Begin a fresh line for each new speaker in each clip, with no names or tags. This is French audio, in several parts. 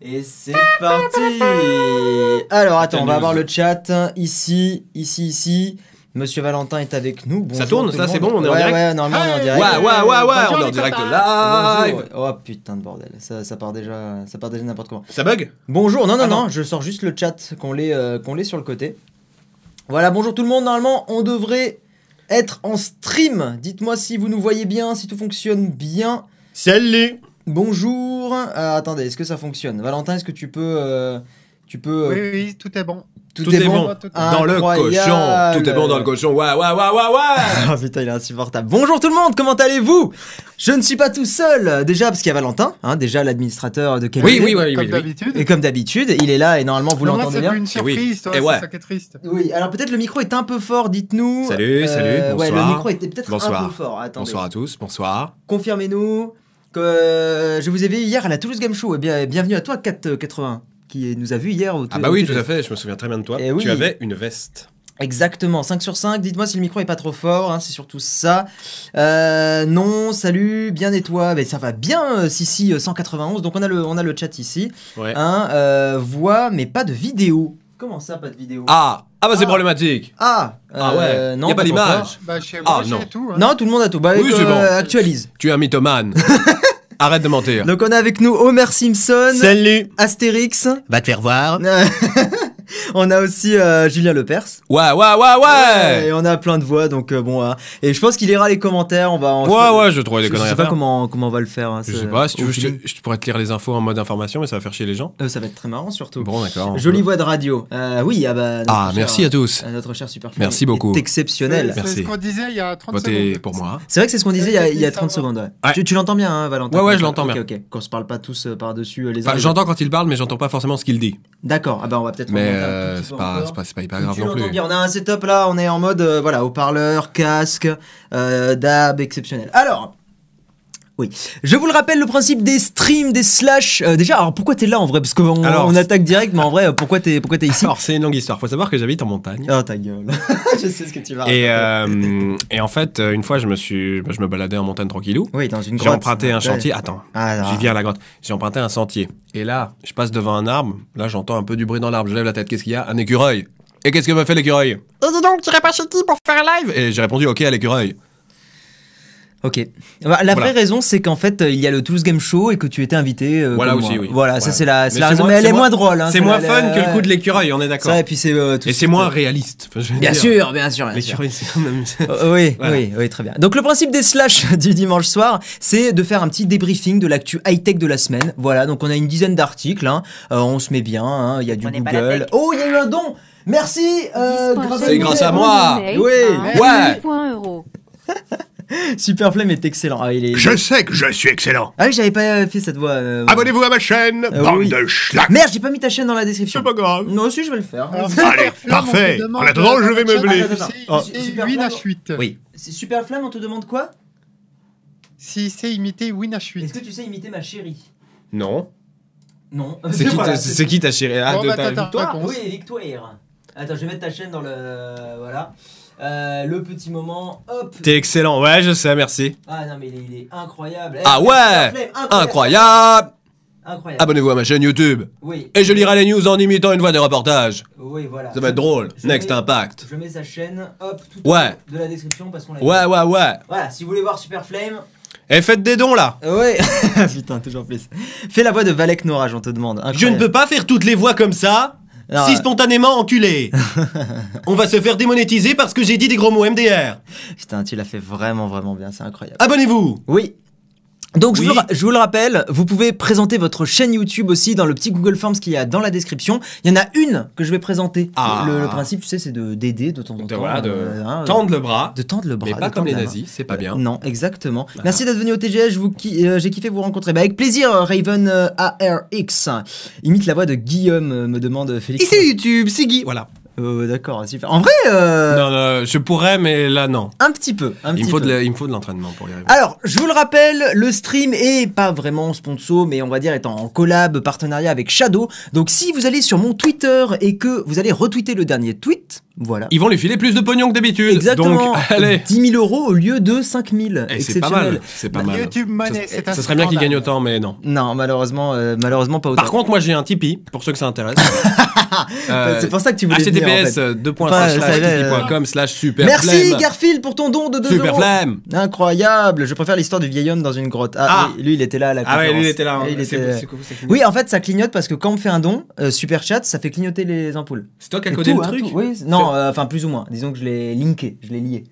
Et c'est parti Alors attends, on va voir le chat. Ici, ici, ici. Monsieur Valentin est avec nous.
Ça tourne,
tout
ça,
le
c'est
monde.
bon, on est en
Ouais,
direct
Ouais, normalement on est en direct.
Waouh, waouh, waouh, waouh,
Bonjour,
on est en
les
direct
copains.
live.
Bonjour. Oh putain de bordel, ça, ça part déjà, ça part déjà n'importe comment.
Ça bug
Bonjour, non non
Ah,
non,
non.
je sors juste le chat qu'on l'ait euh, qu'on l'ait sur le côté. Voilà, bonjour tout le monde. Normalement, on devrait être en stream. Dites-moi si vous nous voyez bien, si tout fonctionne bien.
Salut
Bonjour. Ah, attendez, est-ce que ça fonctionne Valentin, est-ce que tu peux euh, tu peux euh,
Oui, oui, tout est bon.
tout, est, bon.
tout est bon.
Dans le cochon,
Incroyable.
tout est bon dans le cochon. Waouh, waouh, waouh, waouh, waouh.
Ah putain, il est insupportable. Bonjour tout le monde, comment allez-vous Je ne suis pas tout seul, euh, déjà parce qu'il y a Valentin, hein, déjà l'administrateur de
Oui,
qualité.
oui, oui,
Comme
oui, oui.
d'habitude.
Et comme d'habitude, il est là et normalement vous
Non, là,
l'entendez
c'est plus
bien.
une surprise, toi,
Et ouais.
c'est ça qui est triste.
Oui, alors peut-être le micro est un peu fort, dites-nous. Euh,
Salut, salut,
Ouais, le
bonsoir.
micro était peut-être un
Bonsoir.
peu fort, attendez.
Bonsoir à tous, bonsoir.
Confirmez-nous que euh, je vous ai vu hier à la Toulouse Game Show. Et bien, bienvenue à toi, 480, qui nous a vu hier au
Ah bah oui,
au-
tout à fait, je me souviens très bien de toi.
Eh oui.
Tu avais une veste.
Exactement, 5 sur 5. Dites-moi si le micro est pas trop fort, hein, c'est surtout ça. Euh, non, salut, bien et toi Mais ça va bien, euh, si, si, euh, 191. Donc on a le, on a le chat ici.
Ouais.
Hein, euh, voix, mais pas de vidéo. Comment ça, pas de vidéo
Ah, ah bah c'est
Ah.
problématique.
Ah,
Ah
euh,
ouais,
non,
y a pas
trop
d'image.
fort.
Bah, chez
Ah,
moi,
non.
chez tout. hein.
Non, tout le monde a tout. Bah,
Oui,
avec,
c'est bon.
Actualise.
Tu es un mythomane. Arrête de mentir.
Donc on a avec nous Homer Simpson,
Salut.
Astérix.
Va te faire voir.
Ah.
Euh, on a aussi euh, Julien Lepers.
Ouais, ouais, ouais, ouais.
Et on a plein de voix, donc euh, bon. euh, et je pense qu'il ira les commentaires. On va. En,
Ouais, ouais, je trouvais des
Je, je
conneries
sais
à
pas
faire.
comment, comment on va le faire. hein,
Je
c'est-
sais pas, si tu
au
veux, je,
feeling.
te- je pourrais te lire les infos en mode information, mais ça va faire chier les gens.
Euh, ça va être très marrant surtout.
Bon, d'accord.
Jolie voix de radio. Euh, oui, ah bah. notre
Ah,
cher-
merci à tous.
euh, Notre cher super.
Merci beaucoup.
Est exceptionnel.
C'est- C'est
Merci.
ce qu'on disait il y a 30
Votez
secondes.
pour moi.
C'est vrai que c'est ce qu'on disait il y a, il y a
Ça va.
30 secondes. ouais.
Ouais.
Tu, tu l'entends bien, hein, Valentin
Ouais, ouais,
quand-
je l'entends
ok,
bien.
Ok, Qu'on se parle pas tous euh, par-dessus euh, les uns.
Enfin,
les autres.
j'entends quand il parle, mais j'entends pas forcément ce qu'il dit.
D'accord. Ah bah on va peut-être.
Mais
remonter un
euh,
tout petit
c'est
peu
pas,
encore.
c'est pas, c'est pas hyper
Tu
grave non
l'entends
plus.
bien, on a un setup là, on est en mode euh, voilà, haut-parleur, casque, euh, dab exceptionnel. Alors, oui, je vous le rappelle, le principe des streams, des slash. euh, déjà, alors pourquoi t'es là en vrai Parce qu'on
Alors,
on attaque direct, mais en vrai, euh, pourquoi t'es pourquoi t'es ici
Alors, c'est une longue histoire. Faut savoir que j'habite en montagne.
Oh ta gueule, je sais ce que tu vas. raconter.
Et, euh, et en fait, euh, une fois, je me suis, je me baladais en montagne tranquillou.
oui, dans une
J'ai
grotte.
emprunté un
Ouais.
chantier. Attends,
Ah, non.
j'y viens à la grotte. J'ai emprunté un sentier. Et là, je passe devant un arbre. Là, j'entends un peu du bruit dans l'arbre. Je lève la tête. Qu'est-ce qu'il y a Un écureuil. Et qu'est-ce que me fait l'écureuil
Oh,
Et dis donc, tu irais pas chez qui pour faire un live Et j'ai répondu, ok, à l'écureuil.
Ok. Bah, la
Voilà.
vraie raison, c'est qu'en fait, euh, il y a le Toulouse Game Show et que tu étais invité. euh,
Voilà
comme
aussi,
moi.
oui.
Voilà, ça
Voilà.
c'est la, c'est
Mais
la
c'est
raison,
moins-
mais elle
c'est
est
moins-
moins drôle. hein,
c'est
la-
moins
la-
fun que le coup de
ouais.
l'écureuil, on est
Ça,
d'accord.
et puis c'est. euh, tout
Et
ce
c'est
qui-
moins réaliste. Enfin, je veux
Bien
dire.
sûr, bien sûr, bien sûr.
L'écureuil, c'est un homme.
Euh, oui,
Voilà.
oui, oui, très bien. Donc le principe des slash du dimanche soir, c'est de faire un petit débriefing de l'actu high-tech de la semaine. Voilà, donc on a une dizaine d'articles, hein. Euh, on se met bien, hein. il y a du
On n'est pas la
Google.
tech.
Oh, il y a eu un don Merci euh,
C'est grâce à moi. Ah,
Oui.
Ouais.
Superflame est excellent. Ah, il est...
Je sais que je suis excellent.
ah oui, j'avais pas fait cette voix. euh,
Abonnez-vous à ma chaîne,
Euh,
bande
oui.
de schlack.
Merde, j'ai pas mis ta chaîne dans la description.
grave.
Non, si, je vais le faire.
Ah.
Alors,
Allez,
Superflame, on
parfait.
te demande
En attendant,
de-
je vais meubler.
Attends, attends,
Si
attends.
c'est
Oh.
Win H8.
Oui. C'est Superflame, on te demande quoi
Si c'est imité Win
Est-ce que
H8.
tu sais imiter ma chérie
Non.
Non.
C'est qui,
Voilà,
ta- c'est qui ta chérie Ah,
Bon,
de
bah,
ta
t'attends.
victoire
réponse.
Oui, victoire. Attends, je vais mettre ta chaîne dans le. Voilà. Euh, le petit moment, hop.
T'es excellent, ouais, je sais, merci.
Ah non, mais il est, il est incroyable. Eh,
Ah ouais
Flemme,
Incroyable Ah bah.
Incroyable.
Abonnez-vous à ma chaîne YouTube.
Oui,
Et je lirai les news en imitant une voix de reportage.
oui, voilà.
Ça va être drôle.
Je
Next
mets-
Impact.
Je mets sa chaîne, hop, tout au
Ouais.
haut de la description parce qu'on l'a
Ouais, ouais, ouais.
Voilà, si vous voulez voir Super Flame.
Et faites des dons là.
Ouais, putain, toujours plus. Fais la voix de Valek Norage, on te demande.
Je ne peux pas faire toutes les voix comme ça.
Alors,
si
euh,
spontanément enculé. On va se faire démonétiser parce que j'ai dit des gros mots MDR.
Putain, tu l'as fait vraiment, vraiment bien, c'est incroyable.
Abonnez-vous.
Oui. Donc je,
Oui.
vous le, ra- je vous le rappelle, vous pouvez présenter votre chaîne YouTube aussi dans le petit Google Forms qu'il y a dans la description. Il y en a une que je vais présenter.
Ah.
Le, le principe, tu sais, c'est de d'aider de temps en temps. euh, hein, euh,
le bras.
de tendre le bras.
Mais pas
de
comme
tendre
les
la main.
nazis, c'est pas bien.
Non, exactement. Merci d'être venu au TGS, je vous ki- euh, j'ai kiffé vous rencontrer. Bah, avec plaisir, euh, Raven euh, ARX. Imite la voix de Guillaume, euh, me demande Félix.
YouTube, c'est Guy. Voilà.
Euh, D'accord, super. En vrai, euh,
Non, non, je pourrais, mais là, non.
un petit peu. Un
Il me
petit
faut
peu.
de la- il me faut de l'entraînement pour y arriver.
Alors, je vous le rappelle, le stream est pas vraiment sponsor, mais on va dire est en collab, partenariat avec Shadow. Donc, si vous allez sur mon Twitter et que vous allez retweeter le dernier tweet, Voilà.
Ils vont lui filer plus de pognon que d'habitude.
Exactement.
Donc, allez.
10 000 euros au lieu de 5 000.
Et c'est pas mal. C'est pas mal.
YouTube Money,
Ce
c'est un
ce serait bien qu'il
scandale.
gagne autant, mais non.
Non, malheureusement, euh, malheureusement pas autant.
Par contre, moi j'ai un Tipeee, pour ceux que ça intéresse. Euh,
c'est pour ça que tu voulais venir, en
https
fait.
euh, deux points
Enfin,
slash
ça y est,
tipeee.com slash euh, super
Merci
flemme.
Garfield pour ton don de 2
Super
euros.
flemme.
Incroyable. Je préfère l'histoire du vieil homme dans une grotte. Ah,
Ah.
oui, lui il était là à la
Ah ouais, lui il
conférence.
était là. hein.
Et il
C'est-
était-
c'est quoi, c'est fini
Oui, en fait, ça clignote parce que quand on fait un don, euh, super chat, ça fait clignoter les ampoules.
C'est toi qui as
Et
codé
tout,
le
hein,
truc
tout. Oui, c'est- non, euh, enfin plus ou moins. Disons que je l'ai linké, je l'ai lié.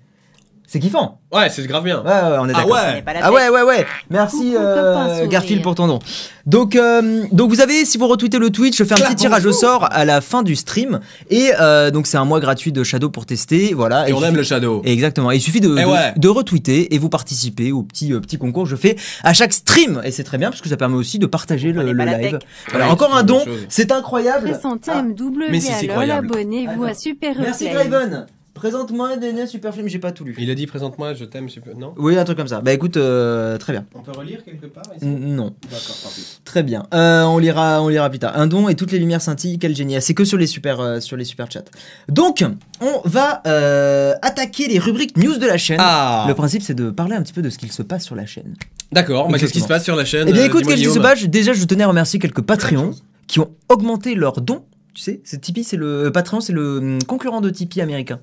C'est kiffant.
Ouais, c'est grave bien.
Ouais, ouais, on est
Ah
d'accord.
ouais
Bah,
Ah ouais, ouais, ouais. Merci
Coucou,
euh,
copain sourire.
Garfield pour ton don. Donc, euh, donc vous avez, si vous retweetez le tweet, je fais un petit tirage au sort à la fin du stream. Et euh, donc c'est un mois gratuit de Shadow pour tester. Voilà.
Et on
il
aime le
suffit-
shadow.
et Exactement. Et il suffit de,
Eh
de,
ouais.
de retweeter et vous participez au petit, euh, petit concours que je fais à chaque stream. Et c'est très bien parce que ça permet aussi de partager le,
prenez
le
pas la
live.
tech.
Voilà,
Ouais,
encore
c'est
un
une
don.
bonne chose.
C'est incroyable.
Présentant
Ah,
MW,
mais si, c'est
alors
croyable.
abonnez-vous
Ah,
à Super
Merci
Replay.
Draven. Présente-moi Daniel Superflim, j'ai pas tout lu.
Il a dit présente-moi, je t'aime, super. Non
Oui, un truc comme ça. Bah écoute, euh, très bien.
On peut relire quelque part
N- Non.
D'accord, tant pis.
Très bien. Euh, on lira, on lira plus tard. Un don et toutes les lumières scintillent. Quel génie. Ah, C'est que sur les super, euh, sur les super chats. Donc, on va euh, attaquer les rubriques news de la chaîne.
Ah
Le principe, c'est de parler un petit peu de ce qu'il se passe sur la chaîne.
D'accord, mais qu'est-ce qui se
Exactement.
passe sur la chaîne
Eh bien,
euh,
écoute,
dis-moi,
qu'est-ce qui se
Guillaume
passe Déjà, je tenais à remercier quelques Patreons qui ont augmenté leurs dons. Tu sais, c'est Tipeee, c'est le Patreon, c'est le hum, concurrent de Tipeee américain.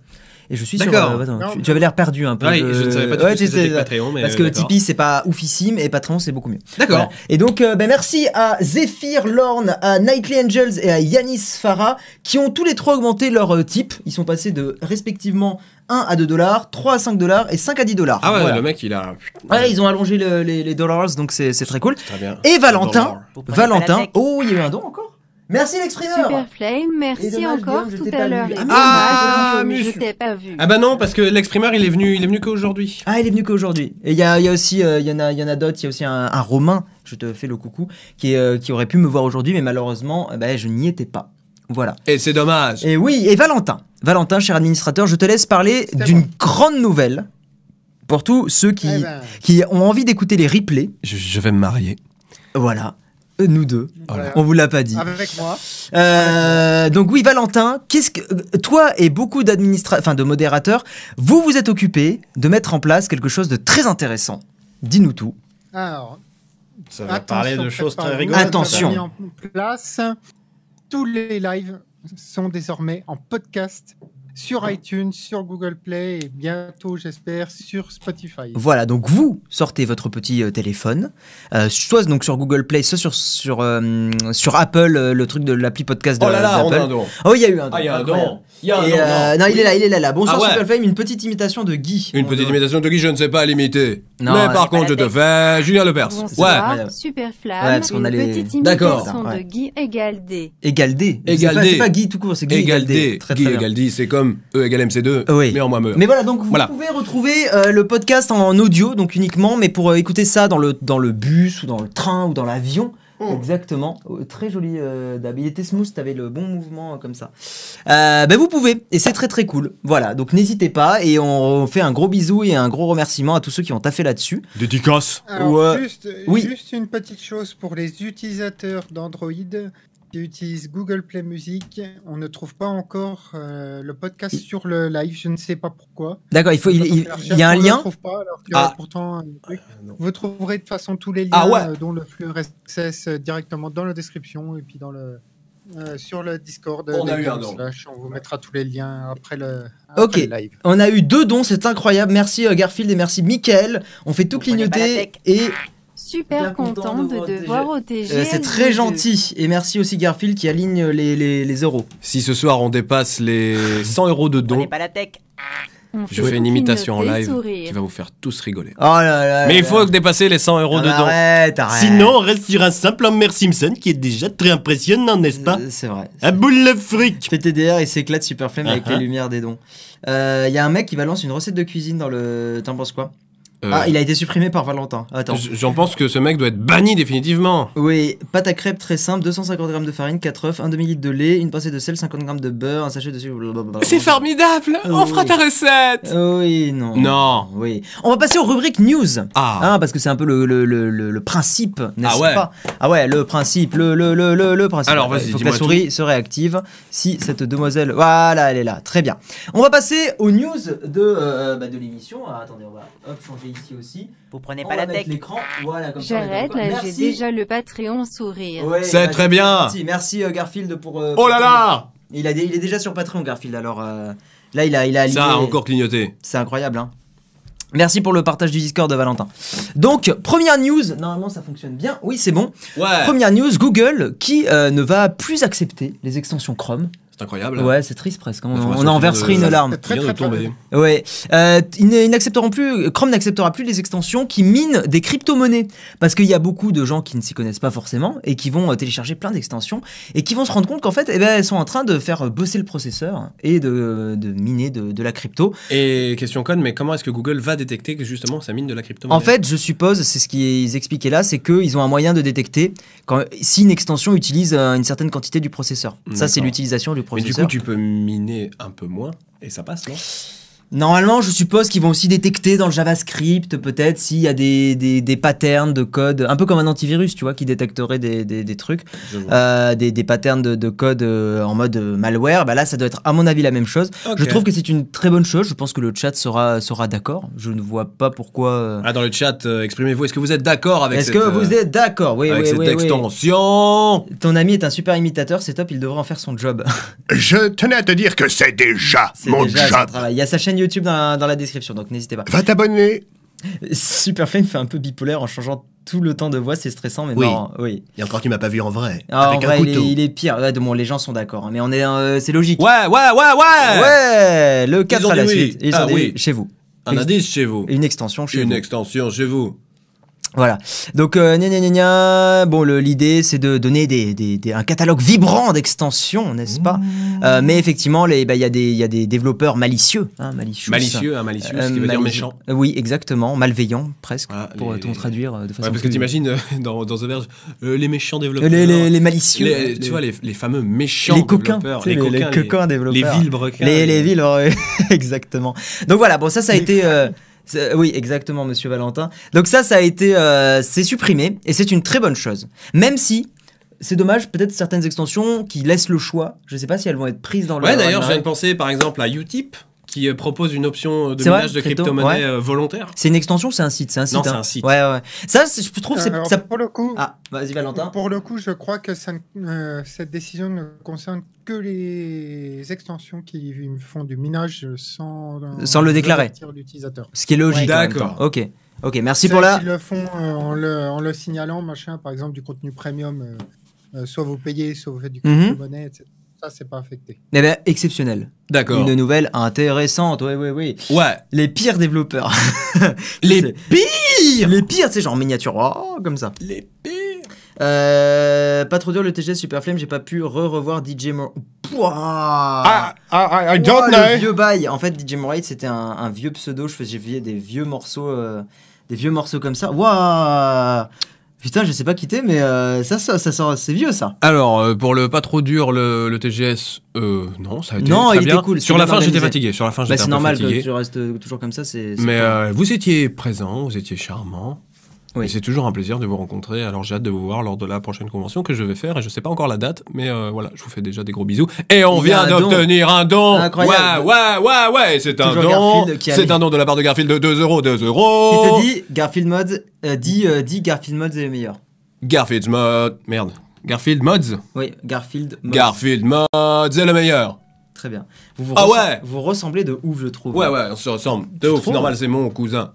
Et je suis sur.
D'accord.
euh, attends,
Non,
tu, tu avais l'air perdu un peu.
Ouais, je ne savais pas du
Ouais,
tout
tu
que
sais,
c'était Patreon, mais
Parce que
euh, d'accord.
Tipeee, c'est pas oufissime et Patreon, c'est beaucoup mieux.
D'accord.
Voilà. Et donc, euh, ben, merci à Zephyr, Lorne, à Nightly Angels et à Yanis Farah qui ont tous les trois augmenté leur euh, type. Ils sont passés de respectivement 1 à 2 dollars, 3 à 5 dollars et 5 à 10 dollars.
Ah ouais,
Voilà.
le mec, il a.
Ouais, ils ont allongé le- les, les dollars, donc c'est c'est très cool.
Très bien.
Et Valentin,
Vous prenez pas la
Valentin,
tech.
oh, il y a eu un don encore. Merci l'exprimeur.
Super Flame, merci
Et dommage,
encore
Guillaume, je
tout
t'ai pas
à l'heure.
vu.
Et
Ah,
dommage,
mais
Guillaume, je
je-
t'ai pas vu.
Ah bah non, parce que l'exprimeur, il est venu, il est venu qu'aujourd'hui.
Ah, il est venu qu'aujourd'hui. Et il y a, il y a aussi, euh, il y en a, il y en a d'autres. Il y a aussi un, un Romain, je te fais le coucou, qui, est, euh, qui aurait pu me voir aujourd'hui, mais malheureusement, eh ben, je n'y étais pas. Voilà.
Et c'est dommage.
Et oui, et Valentin. Valentin, cher administrateur, je te laisse parler
C'est à
d'une
moi.
grande nouvelle pour tous ceux qui,
Eh ben,
qui ont envie d'écouter les replays.
Je, je vais me marier.
Voilà. Euh, Nous deux,
voilà. Ah
on vous l'a pas dit.
Avec moi.
Euh, donc oui, Valentin, qu'est-ce que euh, toi et beaucoup d'administrateurs, enfin de modérateurs, vous vous êtes occupés de mettre en place quelque chose de très intéressant. Dis-nous tout.
Alors,
Ça
attention, préparez-vous,
Attention.
on a mis en place, tous les lives sont désormais en podcast sur iTunes, sur Google Play et bientôt, j'espère, sur Spotify.
Voilà, donc vous sortez votre petit euh, téléphone, euh, soit donc sur Google Play, soit sur sur euh, sur Apple, euh, le truc de l'appli podcast de
Oh là là, on
d'Apple.
a un don.
Oh, il y a eu un don.
Ah, il y a un
incroyable.
don. Il y a un
Et,
don. non.
euh, non, il est là, il est là. là. Bonsoir,
Ah ouais.
Superfame, une petite imitation de Guy. Euh,
Une
On
petite
doit-
imitation de qui je ne sais pas l'imiter.
Non,
mais
ouais.
par contre, je te fais Julien Lepers. Ouais.
Bonsoir,
Ouais.
Super
Ouais,
Flame,
parce qu'on
une
a les-
petite
D'accord.
imitation
Ouais.
de Guy égale D.
Égal D. C'est
Égal
pas-
D.
C'est pas Guy tout court, c'est Guy
Égal
égal D.
D.
Très, très
Guy
bien.
égal D, c'est comme E égale MC2,
Oui.
mais en moins meurt.
Mais voilà, donc vous
Euh, Voilà.
pouvez retrouver euh, le podcast en audio, donc uniquement, mais pour euh, écouter ça dans le, dans le bus ou dans le train ou dans l'avion. Exactement. Oh, très joli, euh, Dab. Il était smooth, t'avais le bon mouvement euh, comme ça. Euh, ben vous pouvez, et c'est très très cool. Voilà, donc n'hésitez pas, et on fait un gros bisou et un gros remerciement à tous ceux qui ont taffé là-dessus.
Dédicace.
Alors,
Ouais.
juste,
euh, Oui.
juste une petite chose pour les utilisateurs d'Android qui utilisent Google Play Music. On ne trouve pas encore euh, le podcast sur le live. Je ne sais pas pourquoi.
D'accord, il faut, il, il- il y a un
On le
lien.
trouve pas, alors qu'il y
Ah.
aurait pourtant euh, un truc. Vous trouverez de toute façon tous les liens,
Ah ouais.
euh, dont le flux RSS euh, directement dans la description et puis dans le. euh, sur le Discord,
On a
des
eu un
Games
don.
Slash. on vous mettra tous les liens après le,
Ok.
après le live.
On a eu deux dons, c'est incroyable. Merci euh, Garfield et merci Michael. On fait tout
Vous prenez pas la
clignoter
tech.
et Bien
Super
content
content
de
de
voir
te
OTG.
voir au TG.
Eh,
euh, c'est très gentil. Et merci aussi Garfield qui aligne les, les, les euros.
Si ce soir on dépasse les 100 euros de
Vous prenez
dons,
pas la tech.
je fais une imitation en live qui va vous faire tous rigoler.
Oh là là.
Mais
là
il faut
là.
dépasser les 100 euros
Ah,
de dons.
Arrête, arrête.
Sinon, on reste sur un simple Homer Simpson qui est déjà très impressionnant, n'est-ce pas Ah.
Euh, C'est vrai.
À boule le fric
PTDR, il s'éclate super flemme avec
Ah,
les
ah.
lumières des dons. Euh, Il y a un mec qui balance une recette de cuisine dans le. T'en penses quoi
euh,
Ah, il a été supprimé par Valentin. Attends.
j- J'en pense que ce mec doit être banni définitivement.
Oui, pâte à crêpes très simple, 250 g de farine, 4 œufs, 1 demi-litre de lait, une pincée de sel, 50 g de beurre, un sachet de sucre. blablabla.
formidable
on fera ta
recette
Oui, non.
Non
Oui. On va passer aux rubriques news.
Ah
Hein, parce que c'est un peu le, le, le, le- le principe, n'est-ce
Ah ouais.
pas Ah ouais, le principe, le, le, le, le, le principe.
Alors, vas-y,
Il faut que
dis-moi
la souris se réactive si cette demoiselle... Voilà, elle est là, très bien. On va passer aux news de, euh, bah, de l'émission. Ah, attendez, on va hop, changer ici aussi.
Vous prenez
On
pas
va
la
mettre
tech.
l'écran, voilà, comme ça, on est
J'arrête
d'accord.
là, j'ai
Merci.
déjà le Patreon sourire.
Ouais,
C'est
bah,
très bien.
Merci, merci euh, Garfield pour... euh,
Oh
pour-
là là
il, a, dé- il est déjà sur Patreon, Garfield, alors... euh, là, il a, il
Ça
a aligné-
a encore clignoté.
c'est incroyable, hein. Merci pour le partage du Discord de Valentin. Donc, première news, normalement ça fonctionne bien, oui c'est bon.
Ouais
Première news, Google qui euh, ne va plus accepter les extensions Chrome.
C'est incroyable.
Ouais, c'est triste presque, hein. on,
L'information
on en
vient
verserait
de-
une larme.
Très,
Vient de
très, très
tomber.
bien.
Ouais. Euh, ils ne- ils n'accepteront plus, Chrome n'acceptera plus les extensions qui minent des crypto-monnaies. Parce qu'il y a beaucoup de gens qui ne s'y connaissent pas forcément et qui vont euh, télécharger plein d'extensions et qui vont se rendre compte qu'en fait, eh ben, elles sont en train de faire bosser le processeur et de, de miner de- de la crypto.
Et question conne, mais comment est-ce que Google va détecter que justement ça mine de la crypto
En fait, je suppose, c'est ce qu'ils expliquaient là, c'est qu'ils ont un moyen de détecter quand, si une extension utilise euh, une certaine quantité du processeur. Ça, c'est
D'accord.
l'utilisation du
mais du
processeur.
coup, tu peux miner un peu moins et ça passe, non
Normalement, je suppose qu'ils vont aussi détecter dans le JavaScript, peut-être, s'il y a des, des, des patterns de code, un peu comme un antivirus, tu vois, qui détecterait des, des, des trucs,
Je vois.
euh, des, des patterns de, de code euh, en mode euh, malware. Bah là, ça doit être, à mon avis, la même chose. Euh, Je
Ok.
trouve que c'est une très bonne chose. Je pense que le chat sera, sera d'accord. Je ne vois pas pourquoi. euh,
Ah, dans le chat, euh, exprimez-vous. Est-ce que vous êtes d'accord avec
Est-ce
cette,
que
euh,
vous êtes d'accord Oui,
avec
oui,
cette
oui, oui.
extension
Ton ami est un super imitateur, c'est top, il devrait en faire son job.
Je tenais à te dire que c'est déjà
C'est
mon
déjà son
job.
travail. Il y a sa chaîne YouTube dans la, dans la description, donc n'hésitez pas.
Va t'abonner.
Superflame fait un peu bipolaire en changeant tout le temps de voix, c'est stressant, mais
Oui.
marrant. Oui.
Et encore, tu m'as pas vu en vrai.
Ah,
avec
en
un
vrai, il
couteau.
est, il est pire. Ouais, de- bon, les gens sont d'accord, hein, mais on est, euh, c'est logique.
Ouais, ouais, ouais, ouais
Ouais, le 4
ont
à la
dit oui.
suite. Ils
Ah,
ont dit
oui.
chez vous.
Un indice chez vous.
Une extension chez
Une
vous.
extension chez vous.
Voilà. Donc, euh, gna gna gna gna. bon, le- l'idée, c'est de donner des, des- des- un catalogue vibrant d'extensions, n'est-ce pas Euh, Mais effectivement, les- bah, il y, a des- il y a des développeurs malicieux. hein, malicieux.
Malicieux, un malicieux,
Euh,
ce qui veut dire
malicieux.
méchant.
Oui, exactement. Malveillant, presque,
Voilà,
pour
les-
ton traduire euh, de façon
Ouais, parce que
plus-
t'imagines euh, dans, dans The Verge, euh, les méchants
Les,
développeurs.
les- les malicieux.
les- tu
les-
vois, les, les fameux méchants
les coquins,
développeurs.
tu sais, les, les
coquins,
coquins
les
développeurs.
vils brequins.
Les, les villes, ouais, exactement. Donc voilà, bon, ça, ça a
Les
été. euh, c'est- oui, exactement, monsieur Valentin. Donc ça, ça a été. euh, c'est supprimé et c'est une très bonne chose. Même si. C'est dommage, peut-être certaines extensions qui laissent le choix. Je sais pas si elles vont être prises dans le.
Ouais, d'ailleurs, je
dans le-
viens de penser par exemple à Utip qui euh, propose une option de
C'est vrai,
minage de
crypto,
crypto-monnaie
ouais.
euh, volontaire.
C'est une extension, c'est un site, c'est un site.
Non, c'est
hein.
un site.
Ouais, ouais. Ça, c'est- je trouve, c'est.
Alors,
ça-
pour le coup,
Ah, vas-y Valentin.
Pour le coup, je crois que ça ne- euh, cette décision ne concerne que les extensions qui font du minage sans,
Sans le déclarer.
avertir l'utilisateur.
Ce qui est logique.
Ouais.
en même temps.
D'accord.
Ok. Ok, merci
Ceux
pour la.
qui le font euh, en, le, en le signalant, machin, par exemple, du contenu premium, euh, euh, soit vous payez, soit vous faites du
Mhm.
crypto-monnaie, etc. Ça, c'est pas affecté.
Eh ben, exceptionnel.
D'accord.
Une nouvelle intéressante. Oui, oui, oui.
Ouais.
Les pires développeurs.
Les
C'est- Les pires, c'est genre en miniature, oh, comme ça.
Les pires.
Euh, pas trop dur le TGS Super Flame, j'ai pas pu re-revoir DJ Moore. Pouah.
Ah,
I, I
Ouah, Le vieux bail. En fait, DJ Morate, c'était un, un vieux pseudo. Je faisais via des vieux morceaux, euh, des vieux morceaux comme ça. Waouh Putain, je sais pas quitter, mais euh, ça, ça, ça sort, c'est vieux ça.
Alors, euh, pour le pas trop dur, le, le TGS, euh, non, ça a été
Non,
très
il était
bien.
cool,
Sur
c'est
la
bien
fin, j'étais
organisé.
fatigué. Sur la fin,
Bah,
j'étais
c'est
un peu
normal
fatigué.
que tu restes toujours comme ça. C'est. c'est
Mais
cool.
euh, vous étiez présent, vous étiez charmant.
Oui.
Et c'est toujours un plaisir de vous rencontrer. Alors j'ai hâte de vous voir lors de la prochaine convention que je vais faire. Et je sais pas encore la date, mais euh, voilà, je vous fais déjà des gros bisous. Et on
Il y a
vient
un
d'obtenir un don.
Incroyable.
Ouais, ouais, ouais, ouais. C'est un
Toujours
don.
Garfield qui a
C'est
mis-
un don de la part de Garfield de 2 euros, 2
Qui
euros.
te dit Garfield Mods euh, dit, euh, dit Garfield Mods est le meilleur.
Garfield Mod. Merde. Garfield Mods.
Oui, Garfield Mods.
Garfield Mods est le meilleur.
Très bien. Vous vous
Ah
ressem-
ouais
Vous ressemblez de ouf, je trouve.
Ouais, ouais, on se ressemble. De
Tu
ouf,
trouves
normal, c'est mon cousin.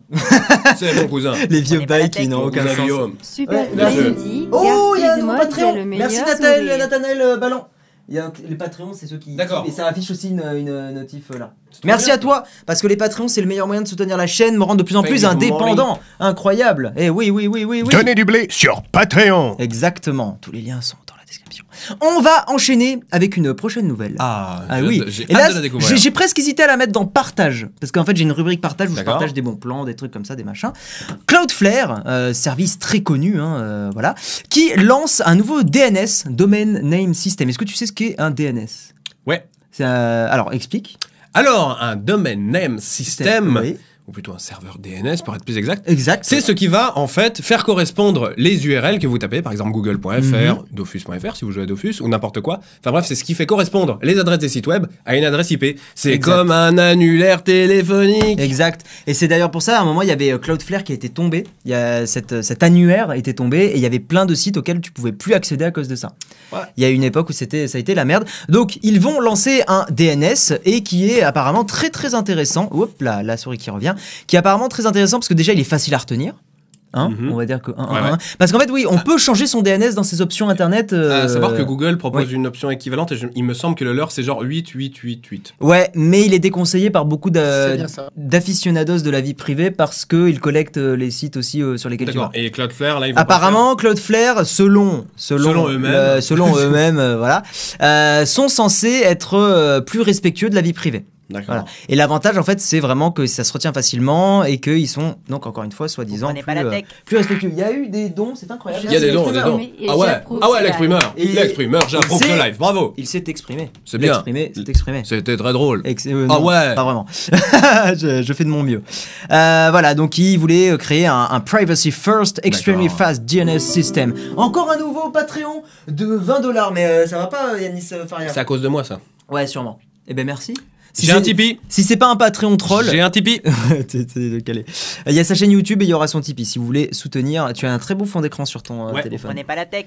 c'est mon cousin.
Les vieux
Prenez pas la
bails qui
tête,
n'ont
Mon
aucun
cousin
sens.
Guillaume.
Super
Ouais,
Flame
merci.
dit
Oh, il y a un
Garfield
nouveau
Mode est le
Patreon.
meilleur
Merci Nathanaël,
sourire.
Nathanaël, euh, Ballon. Il y a les Patreons, c'est ceux qui.
D'accord.
Et ça affiche aussi une, une notif euh, là. Merci à toi, parce que les Patreons, c'est le meilleur moyen de soutenir la chaîne, me rendre de plus en
Thank
plus
you for
indépendant. Incroyable. Eh oui, oui, oui, oui, oui.
Donnez du blé sur Patreon.
Exactement. Tous les liens sont dans la description. description. On va enchaîner avec une prochaine nouvelle.
Ah,
Ah
j'ai
oui.
hâte de- j'ai
Et là,
hâte de la
j'ai-
découvrir.
j'ai presque hésité à la mettre dans partage, parce qu'en fait j'ai une rubrique partage où je
D'accord.
partage des bons plans, des trucs comme ça, des machins. Cloudflare, euh, service très connu, hein, euh, voilà, qui lance un nouveau DNS, Domain Name System. Est-ce que tu sais ce qu'est un DNS
Ouais.
C'est, euh, alors explique.
Alors, un domain name system,
Oui,
ou plutôt un serveur DNS pour être plus exact,
exact.
c'est ce qui va en fait faire correspondre les URL que vous tapez, par exemple google.fr,
Mhm.
dofus.fr si vous jouez à Dofus, ou n'importe quoi. Enfin bref, c'est ce qui fait correspondre les adresses des sites web à une adresse IP. C'est
Exact.
comme un annulaire téléphonique.
Exact. Et c'est d'ailleurs pour ça, à un moment, il y avait euh, Cloudflare qui était tombé. Il y a cette, euh, cet annuaire était tombé et il y avait plein de sites auxquels tu pouvais plus accéder à cause de ça.
Ouais.
Il y a une époque où c'était, ça a été la merde. Donc, ils vont lancer un DNS et qui est apparemment très très intéressant. Hop là, la souris qui revient. Qui est apparemment très intéressant parce que déjà, il est facile à retenir. Hein
Mhm.
On va dire que un, un,
Ouais, ouais.
un. Parce qu'en fait, oui, on peut changer son DNS dans ses options internet.
À
euh,
savoir que Google propose
oui.
une option équivalente et je- il me semble que le leur c'est genre 8, 8, 8, 8.
Ouais, mais il est déconseillé par beaucoup
C'est
d'a-
bien ça.
d'aficionados de la vie privée parce qu'ils collectent euh, les sites aussi euh, sur lesquels tu vas.
D'accord. Et Cloudflare là ils vont
Apparemment, Cloudflare, selon selon
Selon eux-mêmes.
euh, selon eux-mêmes, euh, voilà, euh, sont censés être euh, plus respectueux de la vie privée.
pas faire-
Voilà. Et l'avantage, en fait, c'est vraiment que ça se retient facilement et qu'ils sont donc encore une fois, soi-disant, plus, euh, plus respectueux. Il y a eu des dons, c'est incroyable.
Il y a des dons,
dons,
des
des
dons.
dons.
Ah ouais, ah ouais, l'exprimeur.
Et-
L'exprimeur, j'approuve
C'est-
ce live. Bravo.
Il s'est exprimé.
C'est bien.
Exprimé, s'est exprimé.
C'était très drôle.
Ex- euh,
Ah
non,
ouais.
Pas vraiment. je, je fais de mon mieux. Euh, voilà, donc il voulait euh, créer un, un privacy first, extremely
D'accord.
fast DNS system. Encore un nouveau Patreon de 20 dollars, mais euh, ça va pas, euh, Yanis euh, Faria
C'est à cause de moi ça.
Ouais, sûrement. Eh ben merci. Si
J'ai un
c'est-
Tipeee.
Si c'est pas un Patreon troll,
J'ai un Tipeee.
t'es- t'es décalé. Euh, Il y a sa chaîne YouTube et il y aura son Tipeee. Si vous voulez soutenir, tu as un très beau fond d'écran sur ton euh,
Ouais.
téléphone.
Prenez pas la tech.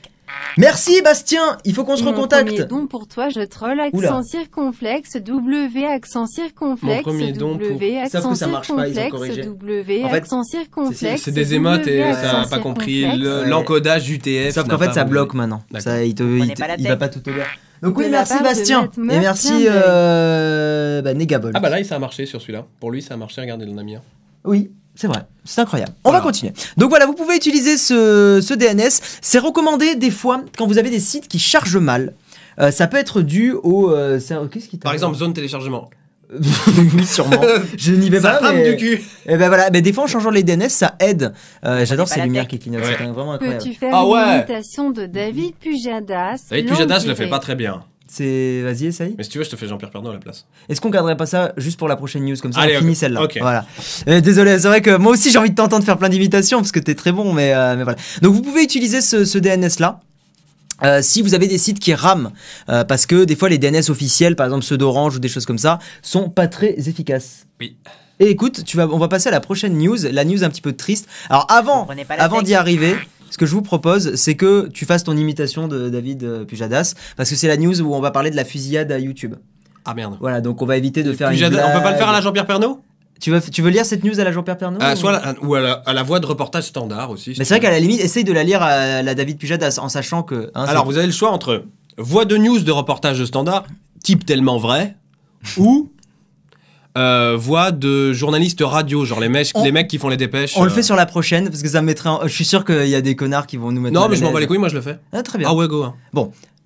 Merci Bastien, il faut qu'on se
Mon
recontacte.
premier don pour toi, je troll
Oula.
accent circonflexe W accent circonflexe
Mon premier don pour-
W
Sauf
accent
que ça marche pas, ils ont
circonflexe
corrigé.
W
En fait,
accent circonflexe
C'est des émotes
W
et
accent
ça n'a pas compris
circonflexe.
le-
Ouais.
l'encodage UTF.
Sauf qu'en
n'a
fait,
pas
ça
voulu.
bloque maintenant.
D'accord.
Ça, il, te,
Prenez
il, te-
pas la
il va
tête.
pas tout ouvert. Donc oui,
De la
merci
part de
Bastien.
Matt Meuf,
Et merci
clin d'œil.
euh, bah, Negabol.
Ah bah là, ça a marché sur celui-là. Pour lui, ça a marché. Regardez le ami.
Oui, c'est vrai. C'est incroyable. On
Voilà.
va continuer. Donc voilà, vous pouvez utiliser ce, ce DNS. C'est recommandé des fois quand vous avez des sites qui chargent mal. Euh, ça peut être dû au. euh, c'est un- Qu'est-ce qui
Par
t'arrive
exemple, zone téléchargement.
oui, sûrement. Je n'y vais
Ça
pas.
rame
mais-
du cul.
Eh ben voilà, mais des fois en changeant les DNS, ça aide. Euh, J'adore ces
la
lumières
tech.
qui clignotent.
Ouais.
C'est vraiment incroyable.
Peux-tu faire
Ah ouais.
une imitation de David Pujadas
David Pujadas, je le fais
L'endurer.
pas très bien.
C'est. Vas-y, essaye.
Mais si tu veux, je te fais Jean-Pierre Perdon à la place.
Est-ce qu'on garderait pas ça juste pour la prochaine news comme ça
Allez,
on finit
ok.
celle-là.
Ok.
Voilà. Euh, désolé, c'est vrai que moi aussi j'ai envie de t'entendre faire plein d'imitations parce que t'es très bon, mais, euh, mais voilà. Donc vous pouvez utiliser ce, ce DNS là. euh, si vous avez des sites qui rament, euh, parce que des fois les DNS officiels, par exemple ceux d'Orange ou des choses comme ça, sont pas très efficaces.
Oui.
Et écoute, tu vas, on va passer à la prochaine news, la news un petit peu triste. Alors avant,
Prenez pas la
avant
tech.
d'y arriver, ce que je vous propose, c'est que tu fasses ton imitation de David euh, Pujadas, parce que c'est la news où on va parler de la fusillade à YouTube.
Ah merde.
Voilà, donc on va éviter de faire une
Pujadas- on peut pas le faire à la
blague.
Jean-Pierre Pernot
Tu veux, tu veux lire cette news à la Jean-Pierre Pernaut
Ah,
ou-
soit à la- ou à la, à la voix de reportage standard aussi. si
Mais
tu
c'est vrai
veux.
qu'à la limite, essaye de la lire à la David Pujadas en sachant que. hein,
Alors,
c'est-
vous avez le choix entre voix de news de reportage standard, type tellement vrai, ou euh, voix de journaliste radio, genre les, mecs-
On-
les mecs qui font les dépêches.
on le
euh.
fait sur la prochaine parce que ça me mettrait. en- Je suis sûr qu'il y a des connards qui vont nous mettre.
Non,
mal
mais
à
je m'en bats les
l'aise.
couilles, moi je le fais.
Ah, très bien.
Ah ouais, go. hein.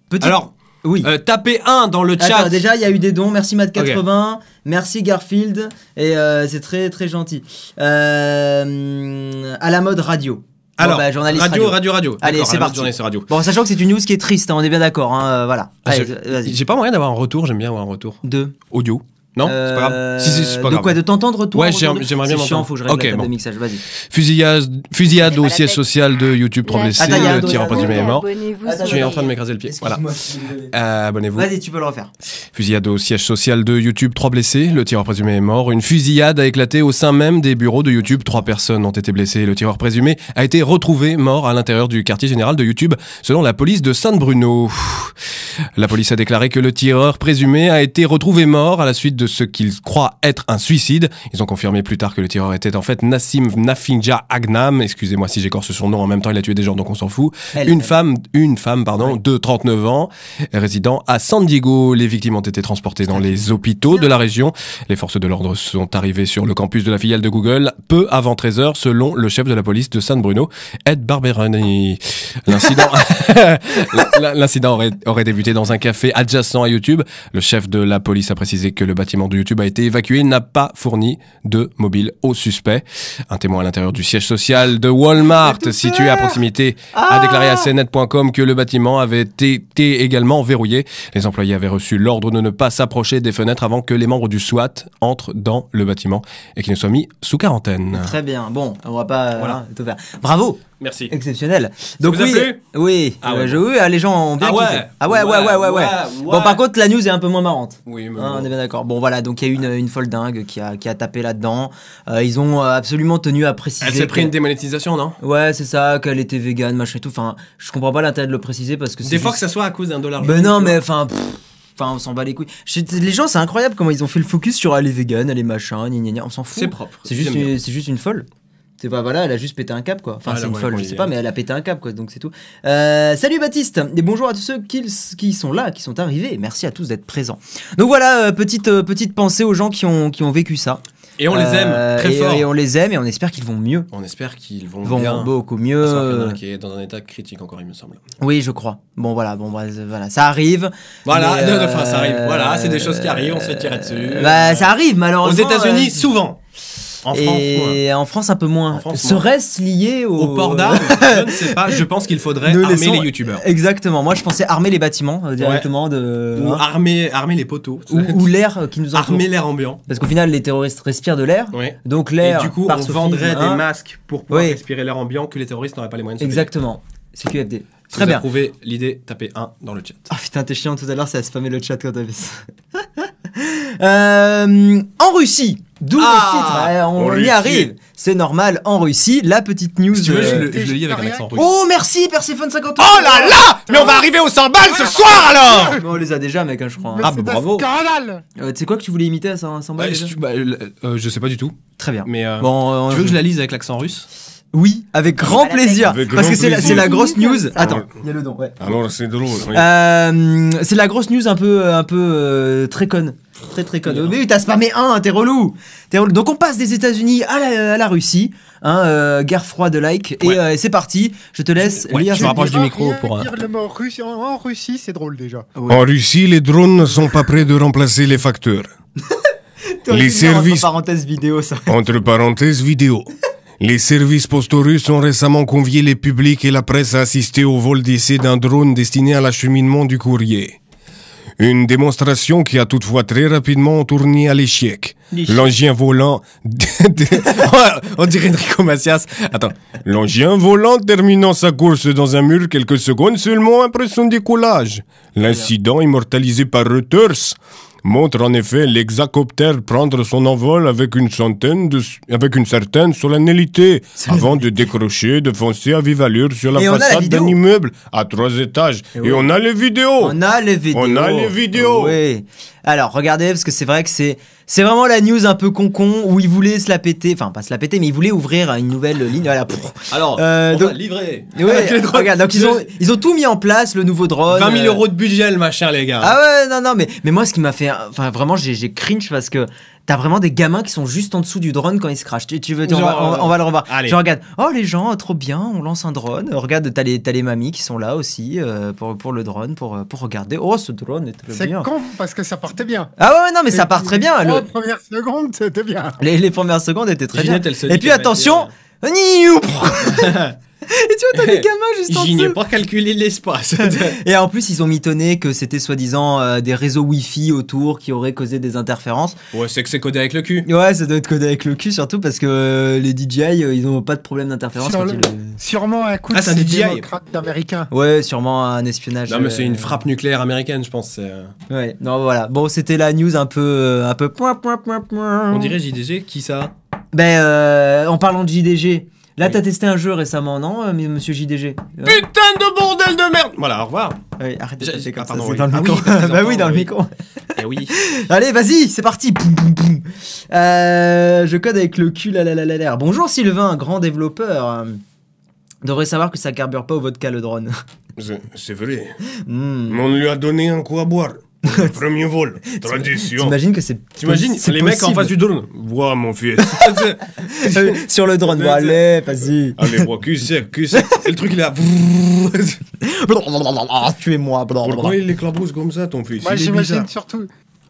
Petit-
Alors,
oui.
euh, tapez 1 dans le chat.
Attends, déjà, il y a eu des dons. Merci Matt80, merci Garfield, et euh, c'est très très gentil. Euh, à la mode radio. Bon,
Alors,
bah, journaliste radio,
radio, radio, radio.
Allez,
D'accord,
c'est
la même
parti.
journée, c'est radio.
Bon, sachant que c'est une news qui est triste, hein, on est bien d'accord. hein, euh, voilà.
Ah,
Allez,
je-
vas-y.
J'ai pas moyen d'avoir un retour, j'aime bien avoir un retour.
Deux.
Audio. Non, c'est pas grave. Si, si, c'est pas
Euh, de
grave.
quoi De t'entendre toi
Ouais,
en
j'ai-
retour de-
j'aimerais bien
C'est chiant,
m'entendre.
faut que je règle
Ok,
la table
bon.
de mixage, vas-y.
Fusillade, fusillade
Prenez
au
pas la
siège
tête.
social de YouTube euh, 3 blessés,
Attends, il y a un dos,
tirant pas du
attends,
même mort.
Attends,
Tu es en train de m'écraser le pied. Voilà.
Excuse-moi, je suis désolé.
Euh, Abonnez-vous.
Vas-y, tu peux le refaire.
Fusillade au siège social de YouTube, trois blessés, le tireur présumé est mort. Une fusillade a éclaté au sein même des bureaux de YouTube, trois personnes ont été blessées. Le tireur présumé a été retrouvé mort à l'intérieur du quartier général de YouTube, selon la police de San Bruno. La police a déclaré que le tireur présumé a été retrouvé mort à la suite de ce qu'ils croient être un suicide. Ils ont confirmé plus tard que le tireur était en fait Nassim Nafinja Agnam. Excusez-moi si j'écorche son nom en même temps, il a tué des gens donc on s'en fout.
Elle,
Une
elle.
femme, une femme, pardon, de 39 ans, résidant à San Diego. Les victimes ont été transportées dans les hôpitaux de la région. Les forces de l'ordre sont arrivées sur le campus de la filiale de Google peu avant 13h, selon le chef de la police de San Bruno, Ed Barberani. L'incident, l'incident aurait, aurait débuté dans un café adjacent à YouTube. Le chef de la police a précisé que le bâtiment de YouTube a été évacué et n'a pas fourni de mobile au suspect. Un témoin à l'intérieur du siège social de Walmart, situé à proximité, a déclaré à E CNET.com que le bâtiment avait été également verrouillé. Les employés avaient reçu l'ordre de ne pas s'approcher des fenêtres avant que les membres du SWAT entrent dans le bâtiment et qu'ils ne soient mis sous quarantaine.
Très bien, bon, on va pas euh, hein, tout faire. Bravo,
Merci.
exceptionnel. Donc
vous a
oui,
plu
oui,
Ah
euh,
ouais,
je- oui, ah, les gens ont bien
Ah ouais.
kiffé. Ah ouais, ouais, ouais, ouais, ouais, Bon, par contre, la news est un peu moins marrante.
Oui, mais
Hein,
bon.
on est bien d'accord. Bon, voilà, donc il y a eu une, une folle dingue qui a, qui a tapé là-dedans. Euh, ils ont euh, absolument tenu à préciser.
Elle s'est pris une
qu'elle-
démonétisation, non
Ouais, c'est ça, qu'elle était végane, machin et tout. Enfin, je comprends pas l'intérêt de le préciser parce que c'est.
Des fois que
juste-
ça soit à cause d'un dollar.
Ben non, mais enfin. pff, Enfin, on s'en bat les couilles. Je- Les gens, c'est incroyable comment ils ont fait le focus sur ah, les végane, les machins, gna gna gna, on s'en fout.
C'est propre.
C'est juste, une, c'est juste une folle. C'est pas, voilà, elle a juste pété un cap quoi. Enfin,
Ah,
c'est
là,
une
ouais,
folle,
qu'on
je
y
sais
est.
pas, mais elle a pété un cap quoi, donc c'est tout. Euh, salut Baptiste et bonjour à tous ceux qui, qui sont là, qui sont arrivés. Merci à tous d'être présents. Donc voilà, euh, petite, euh, petite pensée aux gens qui ont, qui ont vécu ça.
Et on les aime
Euh,
très
et,
fort.
Et on les aime et on espère qu'ils vont mieux.
On espère qu'ils vont,
Ils vont
bien.
beaucoup
Parce qu'il y en a
mieux.
un qui est dans un état critique encore, il me semble.
Oui, je crois. Bon voilà, bon bah, euh, voilà, ça arrive.
Voilà,
Mais, euh,
enfin, ça arrive. Voilà, c'est des choses qui arrivent, on se fait tirer dessus.
euh, bah, ça arrive
Aux
malheureusement.
États-Unis,
euh,
souvent. En France, moins.
et en France un peu moins.
En France, moins.
Serait-ce lié au,
Au port d'armes, je ne sais pas. Je pense qu'il faudrait
Ne
armer
laissons-
les youtubeurs.
Exactement. Moi, je pensais armer les bâtiments euh, directement de
Ou
hein,
armer, armer les poteaux.
ou, ou l'air euh, qui nous entoure.
armer l'air ambiant.
Parce qu'au final, les terroristes respirent de l'air.
Ouais.
Donc
Et
l'air.
du coup,
par
on
ce
vendrait
filtre, hein,
des masques pour pouvoir
Oui.
respirer l'air ambiant que les terroristes n'auraient pas les moyens de se payer.
Exactement. CQFD.
Si
Très
vous
bien.
approuvez l'idée, tapez 1 dans le chat.
Ah putain, t'es chiant tout à l'heure, ça a spammé le chat quand t'as fait ça. Euh, en Russie, d'où
Ah,
le titre. hein, on
en
y
Russie.
arrive. C'est normal, en Russie, la petite news.
Si tu veux,
euh,
je le, je le lis avec un accent russe.
Oh merci Perséphone 50
Oh là là Mais on va arriver aux 100 balles ce soir alors
Oh, Mais on les a déjà mec hein, je crois. hein.
Mais
Ah,
c'est
bah,
un
bravo.
Scandale
Euh, tu sais quoi que tu voulais imiter à 100 100 balles
Ouais,
déjà
je- bah, euh, euh, je sais pas du tout,
Très bien.
mais euh,
Bon, euh,
tu
on-
veux que je la lise avec l'accent russe
Oui, avec grand
Avec
plaisir.
grand
parce que c'est la,
plaisir.
c'est la grosse
Comme
news.
ça.
Attends, il y a le don, ouais.
Alors c'est drôle. oui.
Euh, c'est la grosse news un peu, un peu euh, très conne. Très très conne. Mais oui, t'as spammé un, hein, t'es relou. T'es relou. Donc on passe des États-Unis à la, à la Russie. Hein, euh, guerre froide like.
Ouais.
Et euh, c'est parti. Je te laisse
Ouais,
lire.
Je me rapproche du
dirais
micro
rien
pour un-
dire le mot russe en, en Russie, c'est drôle déjà.
En Russie, les drones ne sont pas prêts de remplacer les facteurs.
T'aurais dû
les
le dire entre
services.
parenthèses vidéo, ça.
Entre parenthèses, vidéo. Les services postaux russes ont récemment convié les publics et la presse à assister au vol d'essai d'un drone destiné à l'acheminement du courrier. Une démonstration qui a toutefois très rapidement tourné à l'échec. L'engin volant... On dirait Enrico Macias. Attends. L'engin volant terminant sa course dans un mur quelques secondes seulement après son décollage. L'incident immortalisé par Reuters montre en effet l'hexacoptère prendre son envol avec une centaine de, avec une certaine solennité avant de décrocher, de foncer à vive allure sur la
Et on a la
façade
vidéo.
d'un immeuble à trois étages. Et,
oui.
on a les vidéos.
On a les vidéos.
On a les vidéos.
Oui. Alors, regardez, parce que c'est vrai que c'est, c'est vraiment la news un peu concon où ils voulaient se la péter. Enfin, pas se la péter, mais ils voulaient ouvrir une nouvelle ligne. Voilà. pff.
Alors,
Euh,
on
donc-
va livrer
Ouais,
Avec les drones.
regarde, donc ils ont, ils ont tout mis en place, le nouveau drone.
20 000
euh,
euros de budget, le machin, les gars.
Ah ouais, non, non, mais, mais moi, ce qui m'a fait. Enfin, vraiment, j'ai, j'ai cringe parce que t'as vraiment des gamins qui sont juste en dessous du drone quand ils se crachent. Tu, tu veux, on, va,
Genre,
on va- on va le revoir.
allez.
Je regarde, oh les gens, trop bien, on lance un drone. Regarde, t'as les, t'as les mamies qui sont là aussi euh, pour, pour le drone, pour, euh, pour regarder. Oh, ce drone est très
C'est
bien.
con parce que ça partait bien.
Ah ouais, ouais, non, mais ça
Et
part
puis,
très bien.
Les
le-
trois premières secondes, c'était bien.
les, les premières secondes étaient très bien.
Ginette, elle se
Et
dit
puis,
qu'elle va euh,
attention,
être-
Niou, prou. Et tu vois, t'as des gamins juste en
J'y n'ai
dessous.
pas calculé l'espace.
Et en plus, ils ont mitonné que c'était soi-disant euh, des réseaux Wi-Fi autour qui auraient causé des interférences.
ouais, c'est que c'est codé avec le cul.
Ouais, ça doit être codé avec le cul, surtout parce que euh, les DJI, euh, ils n'ont pas de problème d'interférence.
Sur
quand
le-
ils-
Sûrement un coup
Ah,
de
c'est un DJI.
démocrate d'américain.
Ouais, sûrement un espionnage.
Non, mais c'est
euh,
une frappe nucléaire américaine, je pense. c'est, euh,
Ouais, non, voilà. Bon, c'était la news un peu. euh, Un peu...
On dirait JDG, qui ça
Ben, euh, en parlant de JDG, Là, t'as testé un jeu récemment, non, euh, mais monsieur JDG Euh,
Putain de bordel de merde Voilà, au revoir.
ouais, Arrête de
j'ai-
tester comme
ah,
ça,
pardon,
c'est
oui.
dans le
Ah oui,
micro.
parce qu'ils
Bah oui,
entendent,
dans le
oui.
micro.
Et Eh oui.
Allez, vas-y, c'est parti. Poum, poum, poum. Euh, je code avec le cul la la la la la. Bonjour Sylvain, grand développeur. Euh, Devrait savoir que ça carbure pas au vodka le drone.
C'est- C'est vrai.
Hmm.
Mais on lui a donné un coup à boire. Le premier vol. Tradition.
T'imagines que c'est.
T'imagines
c'est
les mecs en
possible.
face du drone
Bois, mon fils.
Euh, Sur le drone. Bon, allez, vas-y.
Allez, bois, Ah, cul sec, cul sec. Et le truc, il a.
Tuez-moi.
Pourquoi il éclabousse comme ça, ton fils
Moi,
Il est
j'imagine
bizarre.
surtout,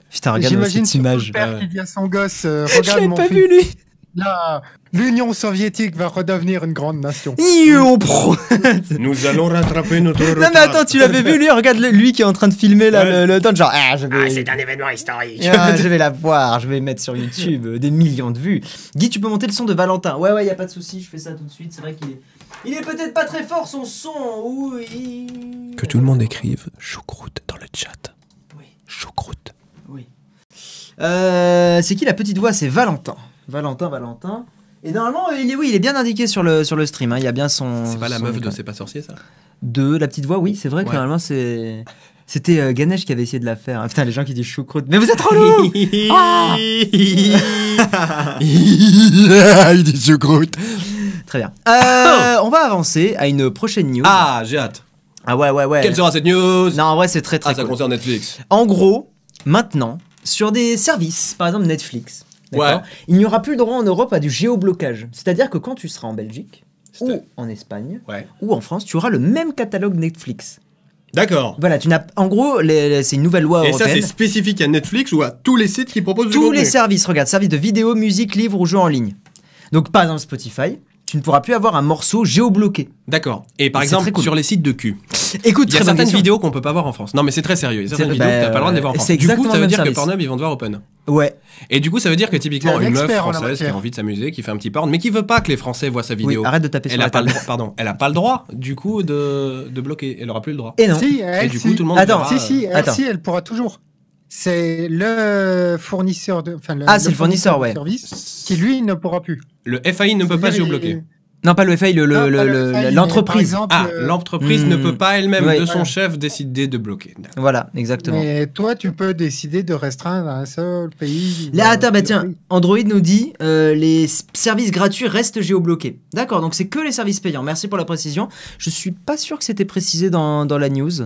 Putain, Ah, regarde
j'imagine
cette
surtout
image.
le père
Ah
qui dit à son gosse, euh,
Je
regarde
l'avais
mon
pas
fils,
vu lui.
là, l'Union soviétique va redevenir une grande nation.
Iou, pro.
Nous allons rattraper notre retard.
Non mais attends, tu l'avais vu lui, regarde le- lui qui est en train de filmer là
Ouais.
le, le drone, genre ah je vais,
c'est un événement historique.
Ah, je vais la voir, je vais mettre sur YouTube euh, des millions de vues. Guy, tu peux monter le son de Valentin. Ouais ouais, y a pas de souci, je fais ça tout de suite. C'est vrai qu'il est, il est peut-être pas très fort son son. Oui.
Que tout le monde écrive choucroute dans le chat.
Oui.
Choucroute.
Oui. Euh, c'est qui la petite voix C'est Valentin. Valentin, Valentin. Et normalement, euh, il est, oui, il est bien indiqué sur le, sur le stream. hein, Il y a bien son.
C'est pas la
son
meuf de
écran.
C'est pas sorcier ça
De la petite voix, oui, c'est vrai que
Ouais.
normalement, c'est. C'était euh, Ganesh qui avait essayé de la faire. Ah, putain, les gens qui disent choucroute. Mais vous êtes relous Ah
Il dit choucroute.
Très bien. Euh, on va avancer à une prochaine news.
Oh Ah, j'ai hâte.
Ah ouais, ouais, ouais.
Quelle sera cette news
Non, en vrai, c'est très, très
Ah, ça
cool.
concerne Netflix.
En gros, maintenant, sur des services, par exemple Netflix, d'accord,
Ouais.
il n'y aura plus droit en Europe à du géoblocage. C'est-à-dire que quand tu seras en Belgique, ou
C'est-
en Espagne,
Ouais.
ou en France, tu auras le même catalogue Netflix.
D'accord.
Voilà, tu n'as, en gros, les- les- c'est une nouvelle loi
Et ça,
européenne.
c'est spécifique à Netflix ou à tous les sites qui proposent du
Tous les
contenu.
services, regarde, services de vidéo, musique, livres ou jeux en ligne. Donc, par exemple, Spotify, tu ne pourras plus avoir un morceau géobloqué.
D'accord. Et par
C'est
exemple,
très cool.
sur les sites de cul,
Écoute,
il y a
très bonne
certaines
question.
vidéos qu'on peut pas voir en France. Non, mais c'est très sérieux. Il y a certaines
C'est-
vidéos que
bah,
t'as pas le droit de les voir en
c'est
France. Du
exactement
coup, ça veut
le même
dire que
service.
Pornhub, ils vont devoir open.
Ouais,
Et du coup, ça veut dire que typiquement,
T'es un
une meuf
expert en la
française qui a
matière.
envie de s'amuser, qui fait un petit porn, mais qui veut pas que les Français voient sa
oui,
vidéo.
arrête de taper sur
elle
la
a pas le
table.
droit, pardon, elle a pas le droit du coup de, de bloquer, elle aura plus le droit.
Et Eh non.
Si, elle,
Et du coup
si.
tout le monde
Attends,
verra,
Si, si, elle,
Attends.
si, elle pourra toujours. C'est le fournisseur de. enfin, le-
Ah, c'est le fournisseur,
du
ouais.
service qui, lui, ne pourra plus. Ah,
euh, le FAI ne peut pas
C'est-à-dire,
géobloquer.
Non, pas le FA, le- le-
Non, pas
le-
le
le-
fail, mais
l'entreprise.
Par exemple,
Ah,
euh,
l'entreprise ne
hmm.
peut pas elle-même
Ouais.
de son
Voilà.
chef décider de bloquer. D'accord.
Voilà, exactement.
mais toi, tu peux décider de restreindre à un seul pays.
Là,
Euh,
attends, bah
oui.
tiens, Android nous dit euh, les s- services gratuits restent géobloqués. D'accord, donc c'est que les services payants. Merci pour la précision. Je suis pas sûr que c'était précisé dans, dans la news.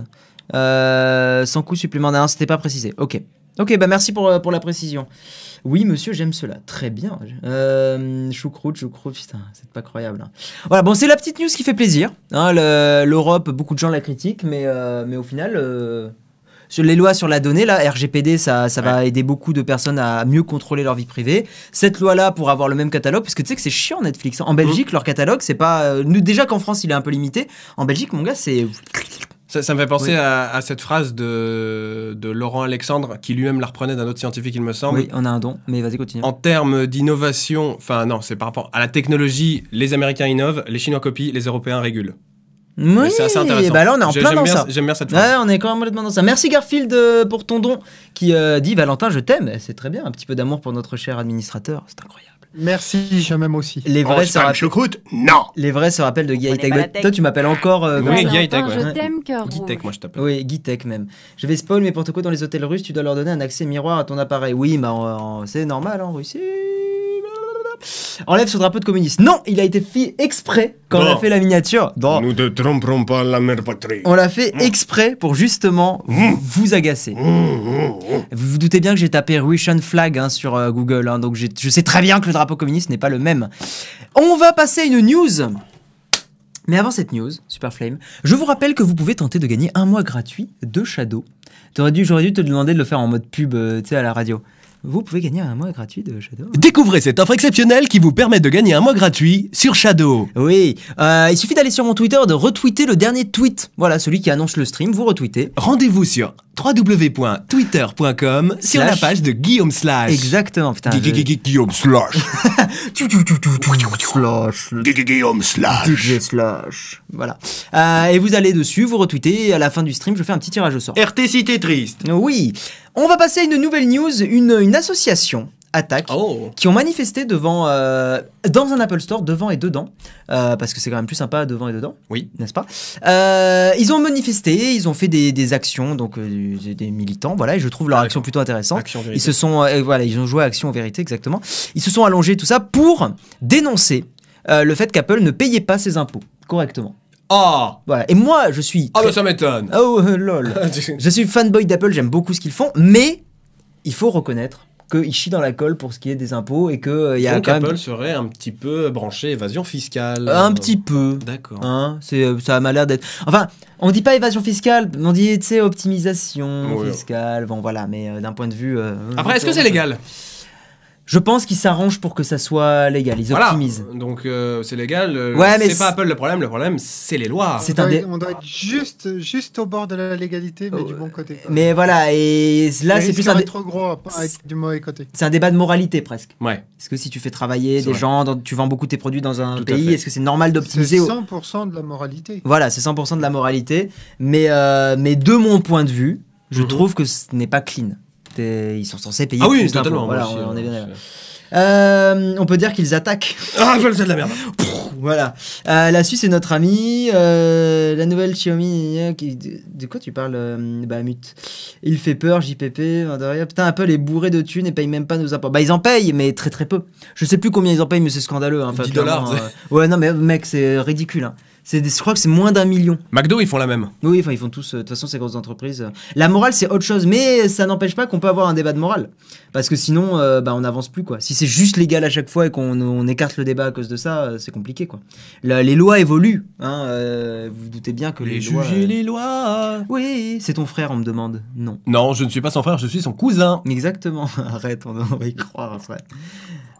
Euh, sans coût supplémentaire, non, c'était pas précisé. Ok. Ok, bah merci pour, euh, pour la précision. Oui, monsieur, j'aime cela. Très bien. Euh, choucroute, choucroute, putain, c'est pas croyable. hein. Voilà, bon, c'est la petite news qui fait plaisir. hein, le- L'Europe, beaucoup de gens la critiquent, mais, euh, mais au final, euh, sur les lois sur la donnée, là, RGPD, ça, ça va aider beaucoup de personnes à mieux contrôler leur vie privée. Cette loi-là, pour avoir le même catalogue, parce que tu sais que c'est chiant Netflix. hein. En
Mm.
Belgique, leur catalogue, c'est pas. euh, nous, déjà qu'en France, il est un peu limité. En Belgique, mon gars, c'est.
Ça, ça me fait penser
Oui.
à, à cette phrase de, de Laurent Alexandre, qui lui-même la reprenait d'un autre scientifique, il me semble.
Oui, on a un don, mais vas-y, continue.
En termes d'innovation, enfin non, c'est par rapport à la technologie, les Américains innovent, les Chinois copient, les Européens régulent.
Oui,
Mais c'est assez intéressant.
bah là, on est en
J'ai-
plein
j'aime
dans
bien-
ça.
J'aime bien cette phrase.
Ouais, on est quand même complètement dans ça. Merci Garfield euh, pour ton don qui euh, dit Valentin, je t'aime. Eh, C'est très bien, un petit peu d'amour pour notre cher administrateur, c'est incroyable.
Merci, je m'aime aussi.
Les
Oh,
vrais,
je
se,
parle
rapp-
choucroute Non
les vrais se rappellent de Guy
Vous
Hightech.
prenez pas la
Bah,
tech.
Toi, tu m'appelles encore. euh,
Oui,
Valentin.
il y a Hightech,
Je
ouais.
t'aime, cœur
Guy
rouge.
Tech, moi je t'appelle.
Oui, Guitech même. Je vais spoil, mais n'importe quoi dans les hôtels russes, tu dois leur donner un accès miroir à ton appareil. Oui, bah en- en- c'est normal en Russie. Blablabla. Enlève ce drapeau de communiste. Non, il a été fait exprès quand on
Non.
a fait la miniature. Non.
Nous ne tromperons pas la mère patrie.
On l'a fait exprès pour justement vous, vous agacer. Vous vous doutez bien que j'ai tapé Russian flag hein, sur euh, Google, hein, donc j'ai- je sais très bien que le drapeau communiste n'est pas le même. On va passer à une news. Mais avant cette news, Super Flame, je vous rappelle que vous pouvez tenter de gagner un mois gratuit de Shadow. T'aurais dû, j'aurais dû te demander de le faire en mode pub, euh, tu sais, à la radio. Vous pouvez gagner un mois gratuit de Shadow.
Découvrez cette offre exceptionnelle qui vous permet de gagner un mois gratuit sur Shadow.
Oui, euh, il suffit d'aller sur mon Twitter, de retweeter le dernier tweet. Voilà, celui qui annonce le stream, vous retweetez.
Rendez-vous sur www.twitter.com sur
Slash.
la page de Guillaume Slash.
Exactement, putain. je-
Guillaume Slash.
Slash,
Guillaume Slash.
DJ Slash. Voilà. Euh, et vous allez dessus, vous retweetez, et à la fin du stream, je fais un petit tirage au sort.
RT Cité Triste.
Oui. On va passer à une nouvelle news. Une, une association Attack
Ah
Oh
qui ont manifesté devant, euh, dans un Apple Store, devant et dedans, euh, parce que c'est quand même plus sympa devant et dedans,
Oui.
n'est-ce pas Euh, Ils ont manifesté, ils ont fait des, des actions, donc euh, des, des militants, voilà, et je trouve leur action plutôt intéressante.
Ah, Action
Ils se sont, euh, voilà, ils ont joué à Action Vérité, exactement. Ils se sont allongés tout ça pour dénoncer euh, le fait qu'Apple ne payait pas ses impôts correctement.
Ah
Voilà. Et moi, je suis.
Ah
très-
bah Ah, ça m'étonne
Oh, euh, lol. Je suis fanboy d'Apple, j'aime beaucoup ce qu'ils font, mais il faut reconnaître qu'ils chient dans la colle pour ce qui est des impôts et qu'il y a
Donc
quand
Apple euh,
même
serait un petit peu branché évasion fiscale.
un petit peu.
D'accord.
Hein, c'est, euh, ça m'a l'air d'être. Enfin, on dit pas évasion fiscale, mais on dit, tu sais, optimisation
Ouais.
fiscale. Bon, voilà, mais euh, d'un point de vue. euh,
Après, est-ce que c'est légal
Je pense qu'ils s'arrangent pour que ça soit légal. Ils
Voilà.
optimisent.
Donc euh, c'est légal. euh,
Ouais, mais
c'est pas
c'est-
Apple le problème. Le problème, c'est les lois.
C'est
on,
un
doit,
dé-
on doit être juste, juste au bord de la légalité, mais
Oh,
du bon côté. quoi.
Mais voilà, et là,
Le
c'est
risque
plus un,
d'être
dé-
trop gros à pas être du mauvais côté.
c'est un débat de moralité presque.
Ouais.
Est-ce que si tu fais travailler
C'est
des
vrai.
gens, dans- tu vends beaucoup tes produits dans un
Tout à
pays,
fait.
est-ce que c'est normal
C'est
d'optimiser au-
100% de la moralité.
Voilà, c'est 100% de la moralité. Mais, euh, mais de mon point de vue, je
Mhm.
trouve que ce n'est pas clean. T'es- Ils sont censés payer.
Ah oui,
plus d'impôts.
totalement.
Voilà,
moi
on,
aussi, hein,
on est bien d'accord.
c'est-
Euh, on peut dire qu'ils attaquent.
Ah, je le sais de la merde.
voilà. Euh, la Suisse est notre amie. Euh, la nouvelle Xiaomi. euh, qui- de, de quoi tu parles, euh, Bahamut Il fait peur, JPP. Vandoria. Putain, Apple est bourré de thunes et paye même pas nos impôts. Bah, ils en payent, mais très très peu. Je sais plus combien ils en payent, mais c'est scandaleux. hein. Enfin,
10 dollars,
clairement, euh, Ouais, non, mais mec, c'est ridicule. hein. C'est des- je crois que c'est moins d'un million.
McDo, ils font la même.
Oui, enfin, ils font tous. euh, De toute façon, ces grosses entreprises. euh, La morale, c'est autre chose, mais ça n'empêche pas qu'on peut avoir un débat de morale. Parce que sinon, euh, bah, on n'avance plus, quoi. Si c'est juste légal à chaque fois et qu'on on écarte le débat à cause de ça, euh, c'est compliqué, quoi. La- les lois évoluent. Hein, euh, vous vous doutez bien que les, lois. euh,
les lois.
Oui, c'est ton frère, on me demande. Non.
Non, je ne suis pas son frère, je suis son cousin.
Exactement. Arrête, on, on va y croire, frère.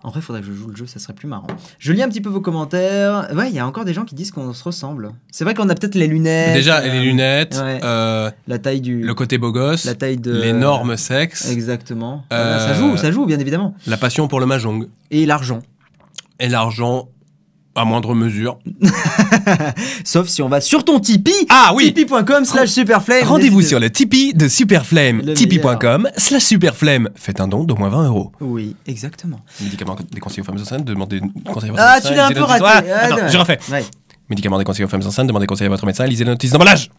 En vrai, faudrait que je joue le jeu, ça serait plus marrant. Je lis un petit peu vos commentaires. Ouais, il y a encore des gens qui disent qu'on se ressemble. C'est vrai qu'on a peut-être les lunettes.
Déjà,
euh,
les lunettes,
ouais.
euh,
La taille du.
le côté beau gosse,
la euh, taille de.
l'énorme sexe,
Exactement.
Euh,
Voilà, ça joue, ça joue, bien évidemment.
la passion pour le mahjong
Et l'argent.
et l'argent à moindre mesure.
Sauf si on va sur ton Tipeee.
Ah oui
Tipeee.com slash superflame.
Rendez-vous sur le Tipeee de Superflame,
Le
tipeee.com slash Superflame. Faites un don d'au moins 20 euros.
Oui, exactement.
Médicaments des conseils aux femmes enceintes, demandez conseil à votre
Ah,
médecin,
tu l'as un
lisez
peu
notre-
raté.
Ah,
Ah,
attends,
dommage.
je refais.
Ouais.
Médicaments des conseils aux femmes enceintes, demandez conseil à votre médecin, lisez les notices d'emballage.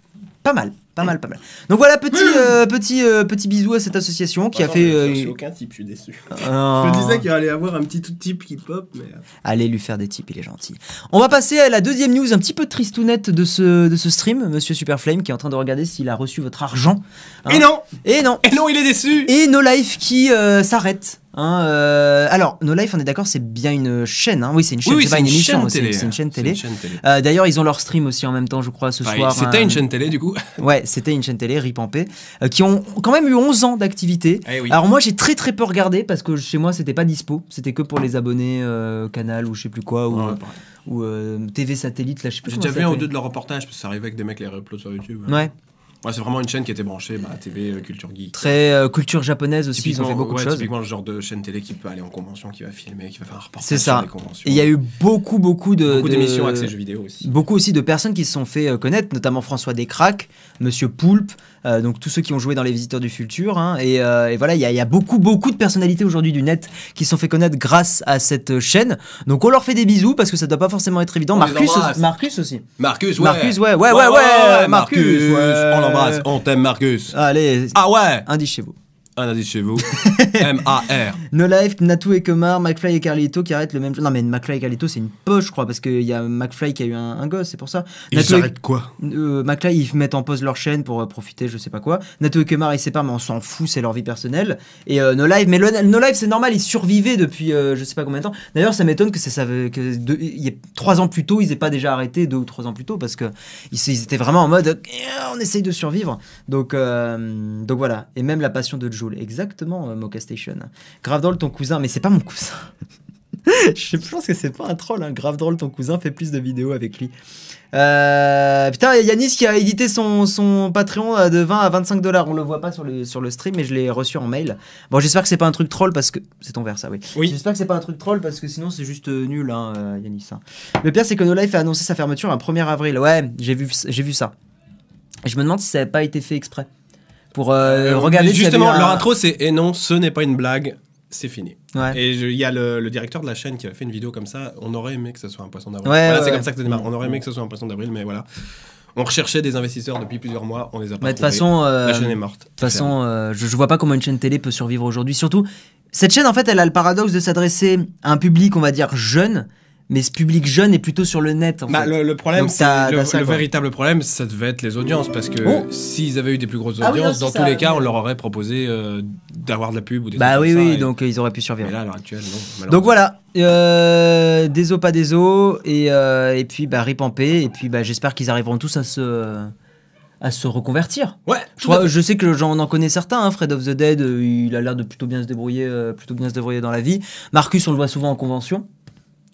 Pas mal, pas mal, pas mal. Donc voilà, petit,
Mmh.
euh, petit, euh, petit bisou à cette association
Ah
qui a fait. euh, Ah.
aucun type, je suis déçu.
un-
qu'il allait avoir un petit tout type qui pop, mais.
euh.
Allez lui faire des tips, il est gentil. On va passer à la deuxième news un petit peu tristounette de ce, de ce stream, Monsieur Superflame qui est en train de regarder s'il a reçu votre argent. hein.
Et non
Et non
Et non, il est déçu
Et No Life qui euh, s'arrête. hein, euh, alors, No Life, on est d'accord, c'est bien une chaîne. hein. Oui, c'est une chaîne,
Oui, oui,
c'est pas
c'est
une,
une,
émission, hein,
chaîne
c'est-
télé.
c'est une chaîne
C'est
télé. Euh, D'ailleurs, ils ont leur stream aussi en même temps, je crois, ce
Enfin,
soir.
C'était
hein.
une chaîne télé, du coup.
Ouais, c'était une chaîne télé, Rip en paix, euh, qui ont quand même eu 11 ans d'activité.
Eh oui.
Alors moi j'ai très très peu regardé parce que chez moi c'était pas dispo, c'était que pour les abonnés euh, canal ou je sais plus quoi ou,
Ouais, pareil.
ou, euh, TV satellite là je sais plus
J'ai
comment
déjà
ça
vu un ou
s'appelle.
deux de leurs reportages, parce que ça arrivait avec des mecs les réuploads sur YouTube.
Ouais,
Ouais, c'est vraiment une chaîne qui était branchée, bah, TV, euh, culture geek.
très euh, culture japonaise aussi, ils ont fait beaucoup
ouais,
de choses.
Typiquement le genre de chaîne télé qui peut aller en convention, qui va filmer, qui va faire un reportage
C'est ça.
sur les conventions.
Et il y a eu beaucoup beaucoup de
beaucoup
de-
d'émissions axées jeux vidéo aussi.
Beaucoup aussi de personnes qui se sont fait euh, connaître, notamment François Descraques, Monsieur Poulpe, euh, donc tous ceux qui ont joué dans Les Visiteurs du Futur. hein, et, euh, et voilà, il y, a- il y a beaucoup, beaucoup de personnalités aujourd'hui du net qui se sont fait connaître grâce à cette euh, chaîne. Donc on leur fait des bisous parce que ça doit pas forcément être évident.
On les
Marcus,
embrasse.
Marcus aussi.
Marcus, ouais.
Marcus, ouais, ouais, ouais, ouais, Marcus, ouais.
On l'embrasse, on t'aime, Marcus.
Allez,
Ah ouais
indice chez vous.
Un indice chez vous. M-A-R.
No Life, Natou et Kemar, McFly et Carlito qui arrêtent le même jour. Non mais McFly et Carlito c'est une poche je crois parce qu'il y a McFly qui a eu un, un gosse, c'est pour ça. Natou et-
quoi
Euh, McFly, ils mettent en pause leur chaîne pour euh, profiter, je sais pas quoi. Nato et Kemar, ils se séparent, mais on s'en fout, c'est leur vie personnelle. Et euh, No Life, mais le- No Life, c'est normal, ils survivaient depuis euh, je sais pas combien de temps. D'ailleurs, ça m'étonne que, ça, ça, que deux- il y ait trois ans plus tôt, ils aient pas déjà arrêté, deux ou trois ans plus tôt, parce que ils, se- ils étaient vraiment en mode euh, on essaye de survivre. Donc, euh, donc voilà. Et même la passion de Joule, exactement, euh, Mocha Station. Grave drôle ton cousin, mais c'est pas mon cousin. je pense que c'est pas un troll, hein. grave drôle ton cousin, fait plus de vidéos avec lui. Euh, putain, il y a Yanis qui a édité son, son Patreon euh, de 20 à 25 dollars. On le voit pas sur le, sur le stream, mais je l'ai reçu en mail. Bon, j'espère que c'est pas un truc troll parce que. C'est ton verre, ça, oui.
Oui.
J'espère que c'est pas un truc troll parce que sinon c'est juste euh, nul, hein, euh, Yanis. hein. Le pire, c'est que No Life a annoncé sa fermeture un 1er avril. Ouais, j'ai vu, j'ai vu ça. Et je me demande si ça avait pas été fait exprès. Pour euh,
Euh,
regarder
mais
s'il y avait
Justement,
un-
eh leur intro, c'est Et non, ce n'est pas une blague. c'est fini.
Ouais.
Et je- il y a le, le directeur de la chaîne qui a fait une vidéo comme ça. On aurait aimé que ce soit un poisson d'avril.
Ouais,
voilà,
ouais,
c'est
ouais.
comme ça que ça démarre. On aurait aimé que ce soit un poisson d'avril, mais voilà. On recherchait des investisseurs depuis plusieurs mois. On les a pas
Bah, de toute
trouvés.
façon, euh,
la chaîne est
de
morte.
toute façon euh, je, je vois pas comment une chaîne télé peut survivre aujourd'hui. Surtout, cette chaîne, en fait, elle a le paradoxe de s'adresser à un public, on va dire, jeune, mais ce public jeune est plutôt sur le net. En
Bah,
fait.
le, le problème,
Donc,
c'est
t'as-
le,
t'as ça,
le
quoi.
véritable problème, ça devait être les audiences, parce que
Oh.
s'ils avaient eu des plus grosses
Ah oui,
audiences,
aussi,
dans
ça
tous les
a-
cas, on leur aurait proposé euh, d'avoir de la pub ou des
Bah
trucs
oui,
comme ça,
oui,
et-
donc euh, ils auraient pu survivre.
Mais là, à l'heure actuelle, non. malheureusement.
Donc voilà, euh, des os pas des os, et, euh, et puis bah, rip en paix, et puis bah, j'espère qu'ils arriveront tous à se, à se reconvertir.
Ouais,
Je,
tout à
crois- je sais que j'en en connais certains, hein, Fred of the Dead, euh, il a l'air de plutôt bien se débrouiller, euh, plutôt bien se débrouiller dans la vie. Marcus, on le voit souvent en convention.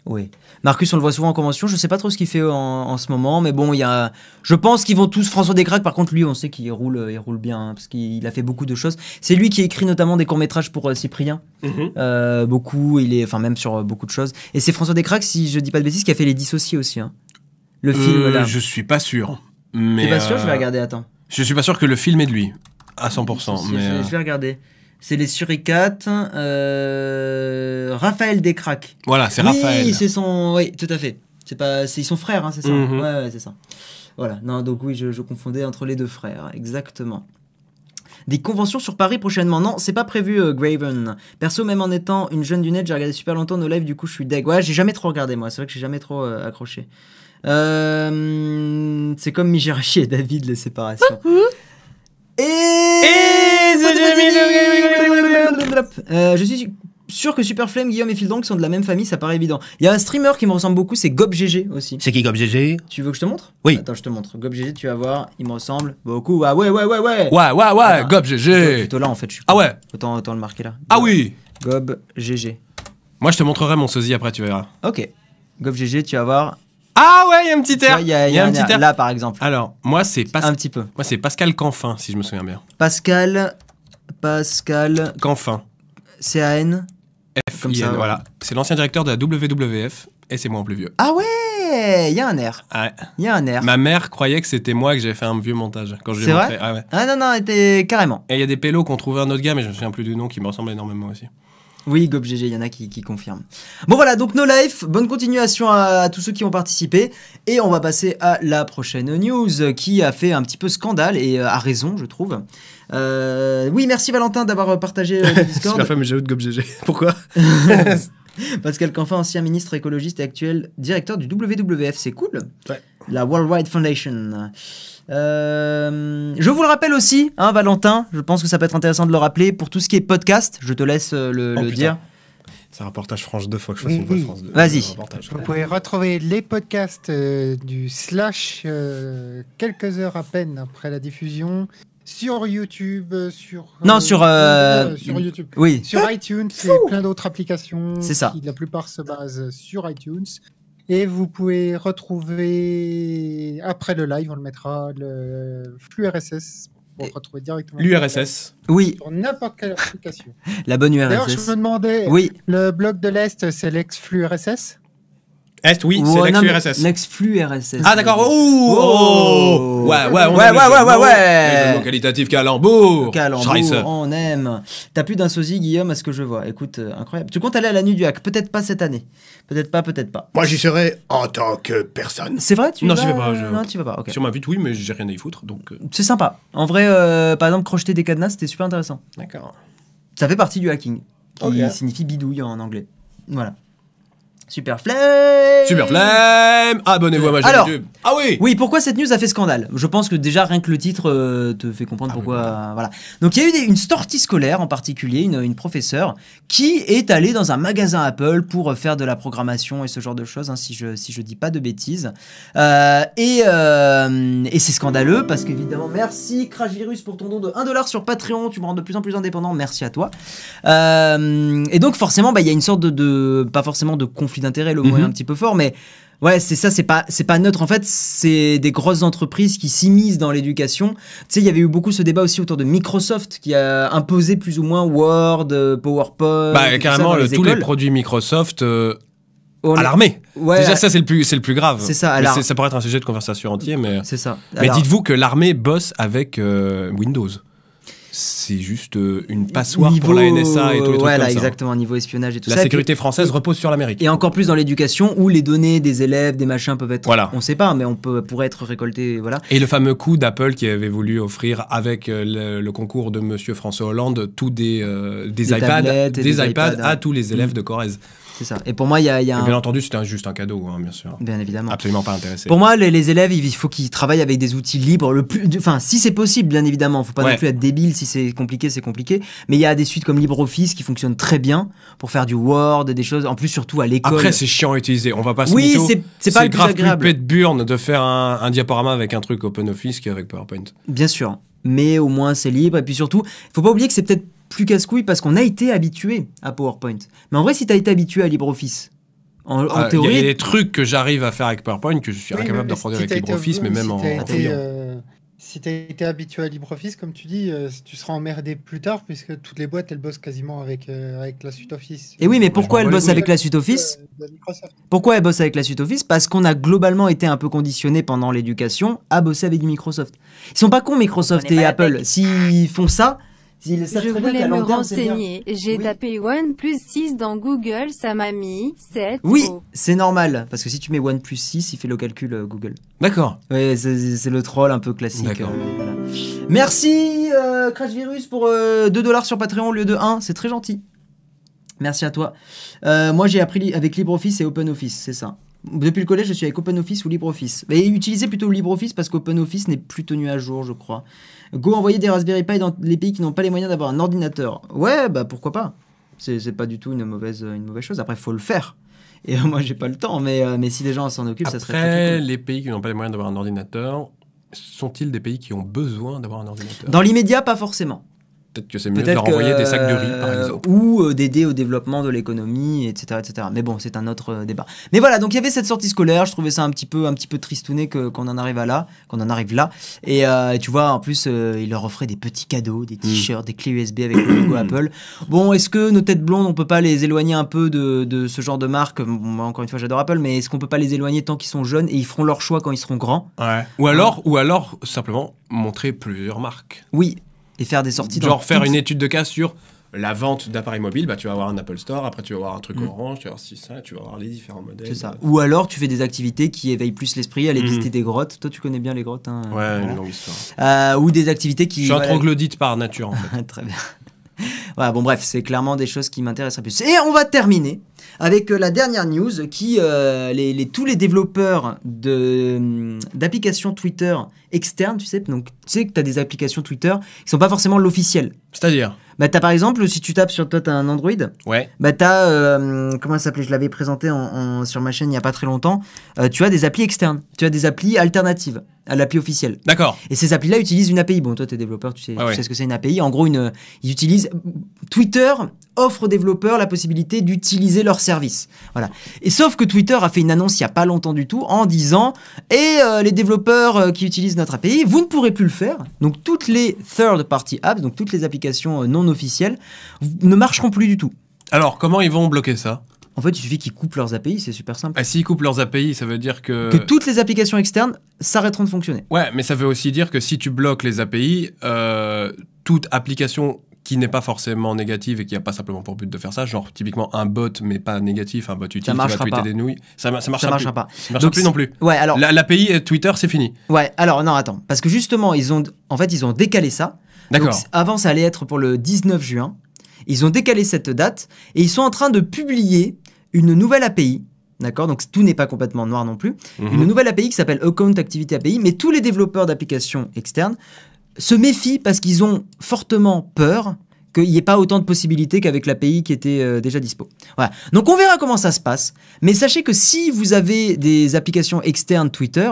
Oui. Marcus, on le voit souvent en convention. Je sais pas trop ce qu'il fait en, en ce moment, mais bon, il y a. Je pense qu'ils vont tous. François Descraques, par contre, lui, on sait qu'il roule, euh, il roule bien, hein, parce qu'il a fait beaucoup de choses. C'est lui qui écrit notamment des courts métrages pour euh, Cyprien.
Mhm.
Euh, beaucoup, il est, enfin même sur euh, beaucoup de choses. Et c'est François Descraques, si je dis pas de bêtises, qui a fait Les Dissociés aussi. hein. Le film
Euh,
là.
Je suis pas sûr.
T'es
Mais
pas sûr, je vais
euh,
regarder, attends.
Je suis pas sûr que le film est de lui, à 100%.
Si,
mais,
je, vais-
euh,
je vais regarder. C'est les Suricates, euh, Raphaël Descraques.
Voilà, c'est
oui,
Raphaël.
c'est son, oui, tout à fait. C'est pas, c'est- ils sont frères, hein, c'est ça.
Mhm.
Ouais, ouais, c'est ça. Voilà. Non, donc oui, je, je confondais entre les deux frères, exactement. Des conventions sur Paris prochainement. Non, c'est pas prévu, euh, Graven. Perso, même en étant une jeune du net, j'ai regardé super longtemps nos lives, du coup, je suis deg. Ouais, j'ai jamais trop regardé, moi. C'est vrai que j'ai jamais trop euh, accroché. Euh, c'est comme Mijarachi et David, les séparations. Et... Euh, je suis sûr que Superflame, Guillaume et Fildrank sont de la même famille, ça paraît évident. Il y a un streamer qui me ressemble beaucoup, c'est GobGG aussi.
C'est qui comme GG
Tu veux que je te montre
Oui.
Attends, je te montre. GobGG, tu vas voir, il me ressemble beaucoup. Ah ouais, ouais, ouais, ouais.
Ouais, ouais, ouais,
Voilà.
gob,
Plutôt-
GG.
Ah bah, Plutôt là en fait, je suis.
Ah ouais,
Autant, autant le marquer là.
ah oui.
GobGG.
Moi, je te montrerai mon sosie après, tu verras.
Ok. GobGG, tu vas voir.
Ah ouais, il y a un petit
Tu
air.
vois, Il y a, il y a un
petit air.
Là par exemple.
Alors, moi, c'est Pas-
Un petit peu.
moi, c'est Pascal Canfin, si je me souviens bien.
Pascal. Pascal.
Canfin.
C-A-N.
F
Comme ça, ouais.
voilà. C'est l'ancien directeur de la WWF et c'est moi en plus vieux.
Ah ouais Il y a un air.
Ouais.
Il y a un air.
Ma mère croyait que c'était moi que j'avais fait un vieux montage quand je lui ai
Ah. C'est
montré. Ah ouais.
Ah non, non, était carrément.
Et il y a des pélos qu'on trouvait un autre gars, mais je me souviens plus du nom, qui me ressemble énormément aussi.
Oui, GobGG, il y en a qui, qui confirment. Bon voilà, donc No Life, bonne continuation à, à tous ceux qui ont participé. Et on va passer à la prochaine news euh, qui a fait un petit peu scandale et euh, à raison, je trouve. Euh, oui, merci Valentin d'avoir euh, partagé euh, le Discord.
fameux jeu de gob GG. Pourquoi
Pascal Canfin, ancien ministre écologiste et actuel directeur du WWF, c'est cool.
Ouais.
La Worldwide Foundation. Euh, je vous le rappelle aussi, hein, Valentin, je pense que ça peut être intéressant de le rappeler, pour tout ce qui est podcast, je te laisse euh, le,
Oh,
le
putain.
dire.
C'est un reportage France 2, faut que je
fasse Oui, une voix de oui.
France 2.
Vas-y.
Vous pouvez retrouver les podcasts euh, du Slash euh, quelques heures à peine après la diffusion sur YouTube, euh, sur.
Non, sur, euh,
sur YouTube.
Oui,
Sur iTunes et plein d'autres applications.
C'est ça.
Qui, la plupart se basent euh, sur iTunes. Et vous pouvez retrouver après le live, on le mettra, le flux RSS pour retrouver directement.
L'URSS.
oui,
Sur n'importe quelle application.
la bonne
D'ailleurs, je
URSS.
me demandais,
Oui,
le blog de l'Est, c'est l'ex-flux RSS
Est, oui,
Oh,
c'est
non, mais
l'ex-URSS.
L'ex-flux RSS.
Ah d'accord, oh,
Oh.
oh. Ouais, ouais, on
Ouais,
a le jeu
ouais, ouais,
de
ouais,
mots,
ouais.
le jeu de mots qualitatif Calembour
Calembour,
Schreisser.
on aime. T'as plus d'un sosie, Guillaume, à ce que je vois. Écoute, euh, incroyable. Tu comptes aller à la nuit du hack Peut-être pas cette année. Peut-être pas, peut-être pas.
Moi, j'y serai en tant que personne.
C'est vrai, tu
Non,
y vas
j'y vais pas, je-
Non, tu y vas pas. ok.
Sur ma vue, oui, mais j'ai rien à y foutre, donc... euh,
C'est sympa. En vrai, euh, par exemple, crocheter des cadenas, c'était super intéressant.
D'accord.
Ça fait partie du hacking, qui
Ok.
signifie bidouille en anglais. Voilà. Super flemme
Super Flemme Abonnez-vous à ma chaîne
Alors.
YouTube Ah oui
Oui, pourquoi cette news a fait scandale Je pense que déjà rien que le titre euh, te fait comprendre
Ah
pourquoi. euh, voilà. Donc il y a eu des- une sortie scolaire en particulier, une, une professeure qui est allée dans un magasin Apple pour euh, faire de la programmation et ce genre de choses, hein, si je si je dis pas de bêtises. Euh, et euh, et c'est scandaleux parce qu'évidemment, merci Crash Virus pour ton don de 1 dollar sur Patreon, tu me rends de plus en plus indépendant, merci à toi. Euh, et donc forcément, bah, il y a une sorte de, de- pas forcément de conflit d'intérêt, le mot est
Mhm.
un petit peu fort, mais ouais, c'est ça, c'est pas, c'est pas neutre. En fait, c'est des grosses entreprises qui s'immiscent dans l'éducation. Tu sais, il y avait eu beaucoup ce débat aussi autour de Microsoft qui a imposé plus ou moins Word, euh, PowerPoint, et
Bah
tout ça dans
carrément, le- tous les
écoles.
produits Microsoft euh,
On-
à l'armée
ouais,
Déjà ça, c'est le plus, c'est le plus grave.
C'est ça, à
Mais
l'ar-
Ça pourrait être un sujet de conversation entier, mais...
c'est ça.
Mais
Alors-
dites-vous que l'armée bosse avec euh, Windows. c'est juste euh, une passoire pour
Niveau,
la NSA et tous les trucs
voilà,
comme ça. hein.
exactement, niveau espionnage et tout
La
ça. Et puis-
sécurité française repose sur l'Amérique.
Et encore plus dans l'éducation où les données des élèves, des machins peuvent être.
Voilà.
On sait pas, mais on peut, pourrait être récoltées. Voilà.
Et le fameux coup d'Apple qui avait voulu offrir avec euh, le, le concours de Monsieur François Hollande tous des, euh, des,
Des
iPads,
tablettes et
des,
des
iPads
iPads,
à
ouais.
tous les élèves
Mm.
de Corrèze.
C'est ça. Et pour moi, il y a, il y a
Et
un-
Bien entendu, c'était un- juste un cadeau, hein, bien sûr.
Bien évidemment.
Absolument pas intéressé.
Pour moi, les, les élèves, il faut qu'ils travaillent avec des outils libres. Le plus, enfin, si c'est possible, bien évidemment, faut pas
Ouais.
non plus être débile. Si c'est compliqué, c'est compliqué. Mais il y a des suites comme LibreOffice qui fonctionnent très bien pour faire du Word, des choses. En plus, surtout à l'école.
Après, c'est chiant à utiliser. On va pas se
oui,
mytho.
c'est c'est pas le plus
grave plus
agréable,
de burne de faire un, un diaporama avec un truc open office qu'avec PowerPoint.
bien sûr. Mais au moins, c'est libre. Et puis surtout, faut pas oublier que c'est peut-être plus casse-couille parce qu'on a été habitué à PowerPoint. Mais en vrai, si t'as été habitué à LibreOffice, en, en
Ah, Il y a- il y a
théorie,
des trucs que j'arrive à faire avec PowerPoint que je suis
Oui,
incapable
mais
de
si
reproduire
t'as
avec
été-
LibreOffice, mais
si
même en,
t'as
en
été,
client.
euh, si t'as été habitué à LibreOffice, comme tu dis, euh, tu seras emmerdé plus tard puisque toutes les boîtes elles bossent quasiment avec, euh, avec la suite Office.
Et oui, mais pourquoi
m'en
elle
bats les
bosse
couilles.
avec la suite Office
Euh, de Microsoft.
Pourquoi elle bosse avec la suite Office Parce qu'on a globalement été un peu conditionné pendant l'éducation à bosser avec du Microsoft. Ils sont pas cons Microsoft et Apple. S'ils font ça, ils savent
Je
très bien qu'à
voulais me
long terme, c'est bien.
renseigner. J'ai
Oui.
tapé 1 plus 6 dans Google, ça m'a mis 7.
Oui, c'est normal, parce que si tu mets OnePlus 6, il fait le calcul euh, Google.
D'accord.
Ouais, c'est- c'est c'est le troll un peu classique.
D'accord.
euh, voilà. Merci euh, Crash Virus pour euh, 2 dollars sur Patreon au lieu de 1, c'est très gentil. Merci à toi. Euh, moi j'ai appris li- avec LibreOffice et OpenOffice, c'est ça. hein. Depuis le collège, je suis avec OpenOffice ou LibreOffice. Mais utilisez plutôt LibreOffice parce qu'OpenOffice n'est plus tenu à jour, je crois. Go envoyer des Raspberry Pi dans les pays qui n'ont pas les moyens d'avoir un ordinateur. Ouais, bah pourquoi pas. C'est c'est pas du tout une mauvaise, une mauvaise chose. Après, faut le faire. Et euh, moi, j'ai pas le temps, mais, euh, mais si les gens s'en occupent, ça serait très, très cool.
Après, les pays qui n'ont pas les moyens d'avoir un ordinateur, sont-ils des pays qui ont besoin d'avoir un ordinateur
Dans l'immédiat, pas forcément.
Peut-être que c'est mieux de
Peut-être
leur envoyer
que,
des sacs de riz, par
euh,
exemple.
Ou euh, d'aider au développement de l'économie, etc., etc. Mais bon, c'est un autre euh, débat. Mais voilà, donc il y avait cette sortie scolaire. Je trouvais ça un petit peu, un petit peu tristouné que- qu'on en arrive à là, qu'on en arrive là. Et euh, tu vois, en plus, euh, il leur offrait des petits cadeaux,
Mm.
des t-shirts, des clés USB avec le logo Apple. Bon, est-ce que nos têtes blondes, on peut pas les éloigner un peu de, de ce genre de marque Bon, Moi, encore une fois, j'adore Apple, mais est-ce qu'on peut pas les éloigner tant qu'ils sont jeunes et ils feront leur choix quand ils seront grands
Ou alors, ou alors simplement montrer plusieurs marques.
Oui, et faire des sorties. dans
Genre faire
toutes-
une étude de cas sur la vente d'appareils mobiles, bah, tu vas avoir un Apple Store, après tu vas avoir un truc orange, tu vas avoir ci, ça, tu vas avoir les différents modèles.
Mm. C'est ça. Ou alors tu fais des activités qui éveillent plus l'esprit, aller
Mhm.
visiter des grottes. Toi, tu connais bien les grottes. hein,
Ouais,
voilà.
une longue histoire.
Euh, ou des activités qui.
Je suis un
voilà.
troglodyte par nature, en fait.
Très bien. Voilà, bon, bref, c'est clairement des choses qui m'intéresseraient plus. Et on va terminer avec euh, la dernière news qui. euh, les, les- tous les développeurs de, hum, d'applications Twitter externes, tu sais, donc tu sais que tu as des applications Twitter qui sont pas forcément l'officiel.
C'est-à-dire
Bah, t'as par exemple, si tu tapes sur toi, t'as un Android,
Ouais.
bah t'as euh, comment ça s'appelait je l'avais présenté en, en- sur ma chaîne il y a pas très longtemps Euh, tu as des applis externes tu as des applis alternatives à l'appli officielle
D'accord.
et ces applis là utilisent une API bon toi t'es développeur tu sais,
Ah
tu
ouais.
sais ce que c'est une API en gros une ils utilisent Twitter offre aux développeurs la possibilité d'utiliser leurs services voilà et sauf que Twitter a fait une annonce il y a pas longtemps du tout en disant et euh, les développeurs euh, qui utilisent notre API vous ne pourrez plus le faire donc toutes les third party apps donc toutes les applications euh, non officielles ne marcheront plus du tout
Alors, comment ils vont bloquer ça
en fait, il suffit qu'ils coupent leurs API, c'est super simple.
ah, S'ils coupent leurs API, ça veut dire que...
Que toutes les applications externes s'arrêteront de fonctionner.
Ouais, mais ça veut aussi dire que si tu bloques les API, euh, toute application qui n'est pas forcément négative et qui n'a pas simplement pour but de faire ça, genre typiquement un bot mais pas négatif, un bot utile qui va
marchera
tweeter
pas.
des nouilles, ça, ma- ça
ça
marchera
marchera
plus.
pas.
Ça marchera
Donc,
plus non plus.
Ouais, alors,
La- L'API et Twitter, c'est fini.
ouais, alors non, attends. Parce que justement, ils ont, en fait, ils ont décalé ça.
D'accord.
Donc, avant, ça allait être pour le 19 juin. Ils ont décalé cette date et ils sont en train de publier une nouvelle API. D'accord Donc, tout n'est pas complètement noir non plus.
Mhm.
Une nouvelle API qui s'appelle Account Activity API. Mais tous les développeurs d'applications externes se méfient parce qu'ils ont fortement peur qu'il n'y ait pas autant de possibilités qu'avec l'API qui était euh, déjà dispo. Voilà. Donc on verra comment ça se passe. Mais sachez que si vous avez des applications externes Twitter,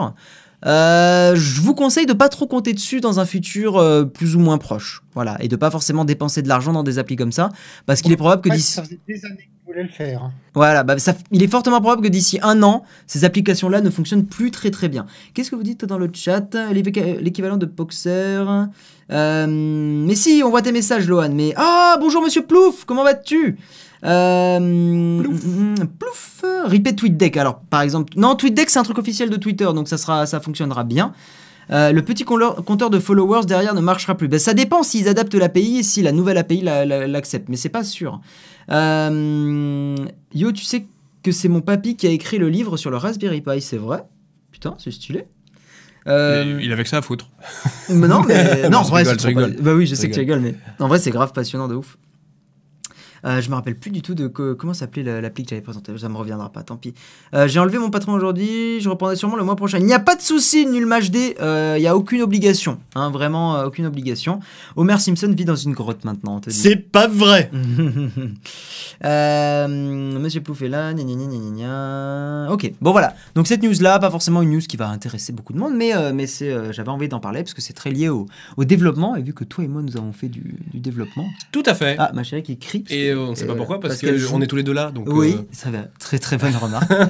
euh, je vous conseille de pas trop compter dessus dans un futur euh, plus ou moins proche. Voilà. Et de pas forcément dépenser de l'argent dans des applis comme ça. Parce qu'il est probable que
Ouais,
d'ici...
ça faisait des années que je voulais le faire.
Voilà, bah, ça- il est fortement probable que d'ici un an, ces applications-là ne fonctionnent plus très très bien. Qu'est-ce que vous dites dans le chat L'équiva- L'équivalent de Poxer Euh, Mais si, on voit tes messages, Lohan. Mais ah, bonjour Monsieur Plouf, comment vas-tu Euh,
Plouf.
mm, mm, Plouf. euh, Ripé TweetDeck. Alors, par exemple, non, TweetDeck c'est un truc officiel de Twitter, donc ça sera, ça fonctionnera bien. Euh, le petit conlo- compteur de followers derrière ne marchera plus. Ben, ça dépend s'ils adaptent l'API et si la nouvelle API la- la- l'accepte, mais c'est pas sûr. Euh, yo, tu sais que c'est mon papy qui a écrit le livre sur le Raspberry Pi, c'est vrai Putain, c'est stylé. Euh,
Il avait que ça à foutre.
mais non, mais non, en vrai,
rigole,
c'est
je
trop
rigole.
pas- Bah oui, je
Je
sais que tu rigoles, mais en vrai, c'est grave passionnant de ouf. Euh, je me rappelle plus du tout de co- comment s'appelait la- l'appli que j'avais présentée. Ça me reviendra pas, tant pis. Euh, J'ai enlevé mon patron aujourd'hui. Je reprendrai sûrement le mois prochain. Il n'y a pas de souci, nul match D. Euh, Il n'y a aucune obligation, hein, vraiment euh, aucune obligation. Homer Simpson vit dans une grotte maintenant. on te dit.
C'est pas vrai.
Euh, Monsieur Plouf est là, gna gna gna gna gna gna. Ok, bon voilà. Donc cette news-là, pas forcément une news qui va intéresser beaucoup de monde, mais, euh, mais c'est, euh, j'avais envie d'en parler parce que c'est très lié au, au développement. Et vu que toi et moi, nous avons fait du, du développement.
Tout à fait.
Ah, ma chérie qui crie. parce
Et
que-
euh, on ne sait pas
euh,
pourquoi, parce,
qu'elle
qu'on
joue.
est tous les deux là. Donc,
Oui,
euh,
ça va. Très très bonne remarque. très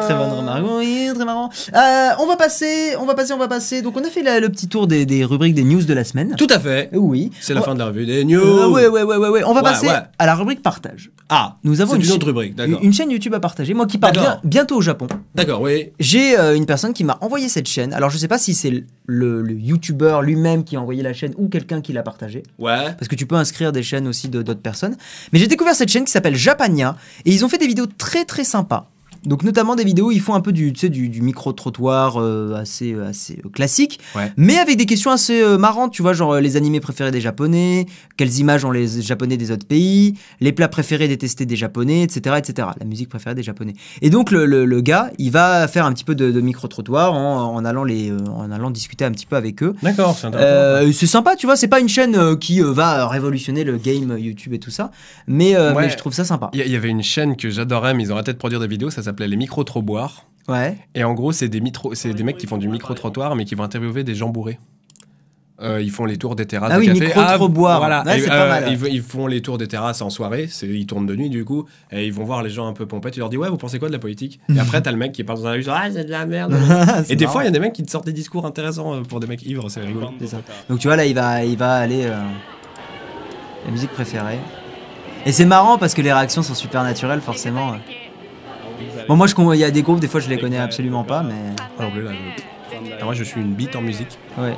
très bonne remarque. Oui, très marrant. Euh, on va passer, on va passer, on va passer. Donc on a fait la- le petit tour des, des rubriques des news de la semaine.
Tout à fait.
Oui.
C'est la
On-
fin de la revue des news.
Euh, ouais, ouais, ouais, ouais, ouais. On va
Ouais,
passer
ouais.
à la rubrique partage.
Ah,
Nous avons
c'est
une
une,
chaîne-
autre rubrique. D'accord.
Une chaîne YouTube à partager. Moi qui pars
D'accord.
bien- bientôt au Japon.
D'accord, oui.
J'ai euh, une personne qui m'a envoyé cette chaîne. Alors je sais pas si c'est le, le, le YouTuber lui-même qui a envoyé la chaîne ou quelqu'un qui l'a partagée.
Ouais.
Parce que tu peux inscrire des chaînes aussi de d'autres personnes. Mais j'ai découvert cette chaîne qui s'appelle Japania. Et ils ont fait des vidéos très très sympas. Donc notamment des vidéos où ils font un peu du, tu sais, du, du micro-trottoir euh, assez, euh, assez euh, classique.
Ouais.
Mais avec des questions assez euh, marrantes. Tu vois, genre euh, les animés préférés des Japonais, quelles images ont les Japonais des autres pays, les plats préférés détestés des Japonais, etc. etc. la musique préférée des Japonais. Et donc le, le- le gars, il va faire un petit peu de, de micro-trottoir en, en allant les, euh, en allant discuter un petit peu avec eux.
D'accord, c'est
Euh, c'est sympa, tu vois, c'est pas une chaîne euh, qui euh, va euh, révolutionner le game euh, YouTube et tout ça, mais, euh,
Ouais.
mais je trouve ça sympa.
Il y, a- il y avait une chaîne que j'adorais, mais ils ont arrêté de produire des vidéos, ça s'appelait Les Micros Trop Boire.
Ouais.
Et en gros, c'est des, mitro-
Ah
c'est des mecs qui font du micro-trottoir, mais qui vont interviewer des gens bourrés. Euh, ils font les tours des terrasses.
Ah
de
oui,
café.
micro-trop-boire.
Voilà.
Ouais,
Et,
c'est pas
euh,
mal.
Ils, v- ils font les tours des terrasses en soirée, c'est- ils tournent de nuit du coup, et ils vont voir les gens un peu pompés. Tu leur dis, ouais, vous pensez quoi de la politique Et après, t'as le mec qui parle dans la rue, genre, ah, c'est de la merde. Et des fois, il y a des mecs qui te sortent des discours intéressants euh, pour des mecs ivres, c'est rigolo.
Donc tu vois, là, il va, il va aller. euh, la musique préférée. Et c'est marrant parce que les réactions sont super naturelles, forcément. Bon, moi, je con- il y a des groupes, des fois, je les connais absolument pas, mais.
Ah, en plus, là, je- Ah, moi, je suis une bite en musique.
Ouais.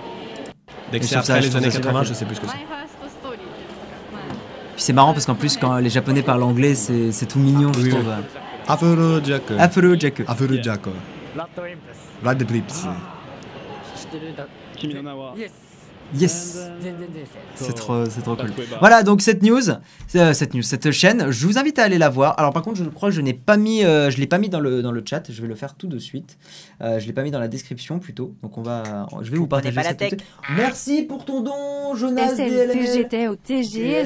Dès que
Mais
c'est
sur ça,
après
je
les
trouve
années
ça super
80,
cool.
je sais plus ce que c'est.
Puis c'est marrant parce qu'en plus, quand les japonais parlent anglais, c'est c'est tout mignon, je
Oui,
trouve.
Afro Jack.
Afro Jack.
Afro Jack. Vlad Blips.
Yes! C'est trop, c'est trop cool. Voilà, donc cette news, c'est, euh, cette news, cette chaîne, je vous invite à aller la voir. Alors par contre, je crois que je n'ai pas mis, euh, je l'ai pas mis dans le dans le chat. Je vais le faire tout de suite. Euh, je l'ai pas mis dans la description plutôt. Donc on va, je vais vous partager.
pas la
ça tout de suite. Merci pour ton don, Jonas
SLT,
DLM.
j'étais au TGS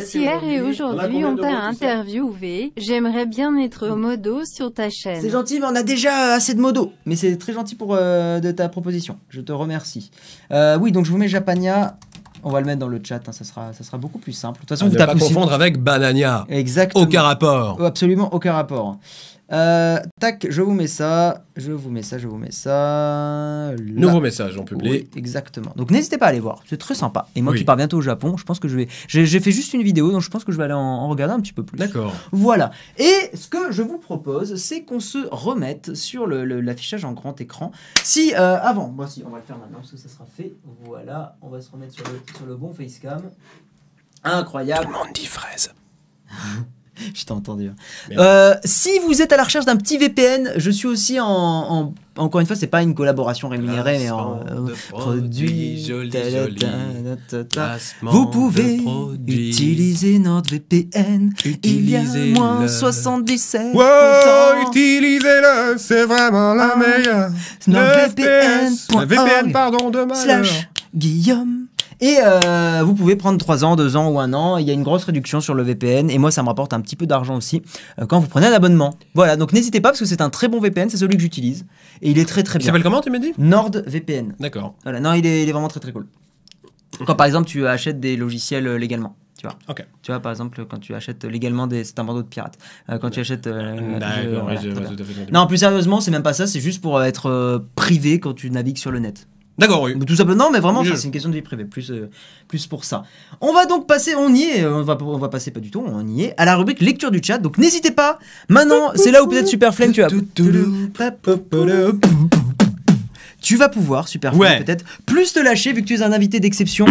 TGS
hier et
aujourd'hui,
aujourd'hui
on a combien
on
de
t'a
mots, tout ça
interviewé. J'aimerais bien être au modo sur ta chaîne.
C'est gentil, mais on a déjà assez de modos. Mais c'est très gentil pour euh, de ta proposition. Je te remercie. Euh, oui, donc je vous mets Japania. On va le mettre dans le chat. hein, ça sera, ça sera beaucoup plus simple. De toute façon,
Ah, Ne
vous
pas
tapez aussi-
confondre avec Banania.
Exactement.
Aucun rapport.
Oh, Absolument aucun rapport. Euh, tac, je vous mets ça, je vous mets ça, je vous mets ça. là.
Nouveau message en
Oui,
publié.
exactement. Donc n'hésitez pas à aller voir, c'est très sympa. Et moi
Oui.
qui pars bientôt au Japon, je pense que je vais. J'ai j'ai fait juste une vidéo, donc je pense que je vais aller en, en regarder un petit peu plus.
D'accord.
Voilà. Et ce que je vous propose, c'est qu'on se remette sur le- le- l'affichage en grand écran. Si, euh, avant, moi si, on va le faire maintenant parce que ça sera fait. Voilà, on va se remettre sur le, sur le bon facecam. Incroyable.
le monde dit fraise.
Je t'ai entendu. hein.
Merde.
Euh, si vous êtes à la recherche d'un petit VPN, je suis aussi en. en- encore une fois, c'est pas une collaboration rémunérée, mais en. euh, produit.
Joli,
ta-
joli.
ta- ta- ta- ta. Vous pouvez utiliser notre VPN. Il y a moins 77%.
Wow, utilisez-le, c'est vraiment la
Ah,
meilleure.
Notre
Le
VPN.
FPS, le VPN, pardon, de malheur.
slash Guillaume. Et euh, vous pouvez prendre 3 ans, 2 ans ou 1 an. Il y a une grosse réduction sur le VPN. Et moi, ça me rapporte un petit peu d'argent aussi euh, quand vous prenez un abonnement. Voilà, donc n'hésitez pas parce que c'est un très bon VPN. C'est celui que j'utilise. Et il est très très
Il
bien.
s'appelle comment, tu m'as dit
NordVPN.
D'accord.
Voilà, non, il est, il est vraiment très très cool. Quand par exemple tu achètes des logiciels euh, légalement, tu vois.
Ok.
Tu vois, par exemple, quand tu achètes euh, légalement des. C'est un bandeau de pirates. Euh, quand tu achètes. euh, je-
D'accord,
voilà,
oui, je
très
vois
bien.
tout à fait.
non, plus sérieusement, c'est même pas ça, c'est juste pour euh, être euh, privé quand tu navigues sur le net.
D'accord, oui.
Mais Tout simplement, non, mais vraiment,
Oui,
ça,
je-
c'est une question de vie privée, plus, euh, plus pour ça. On va donc passer, on y est, on va, on va passer pas du tout, on y est, à la rubrique lecture du chat, donc n'hésitez pas, maintenant, c'est là où peut-être Super Flame, tu as... tu vas pouvoir, super
Ouais.
Fun, peut-être, plus te lâcher vu que tu es un invité d'exception.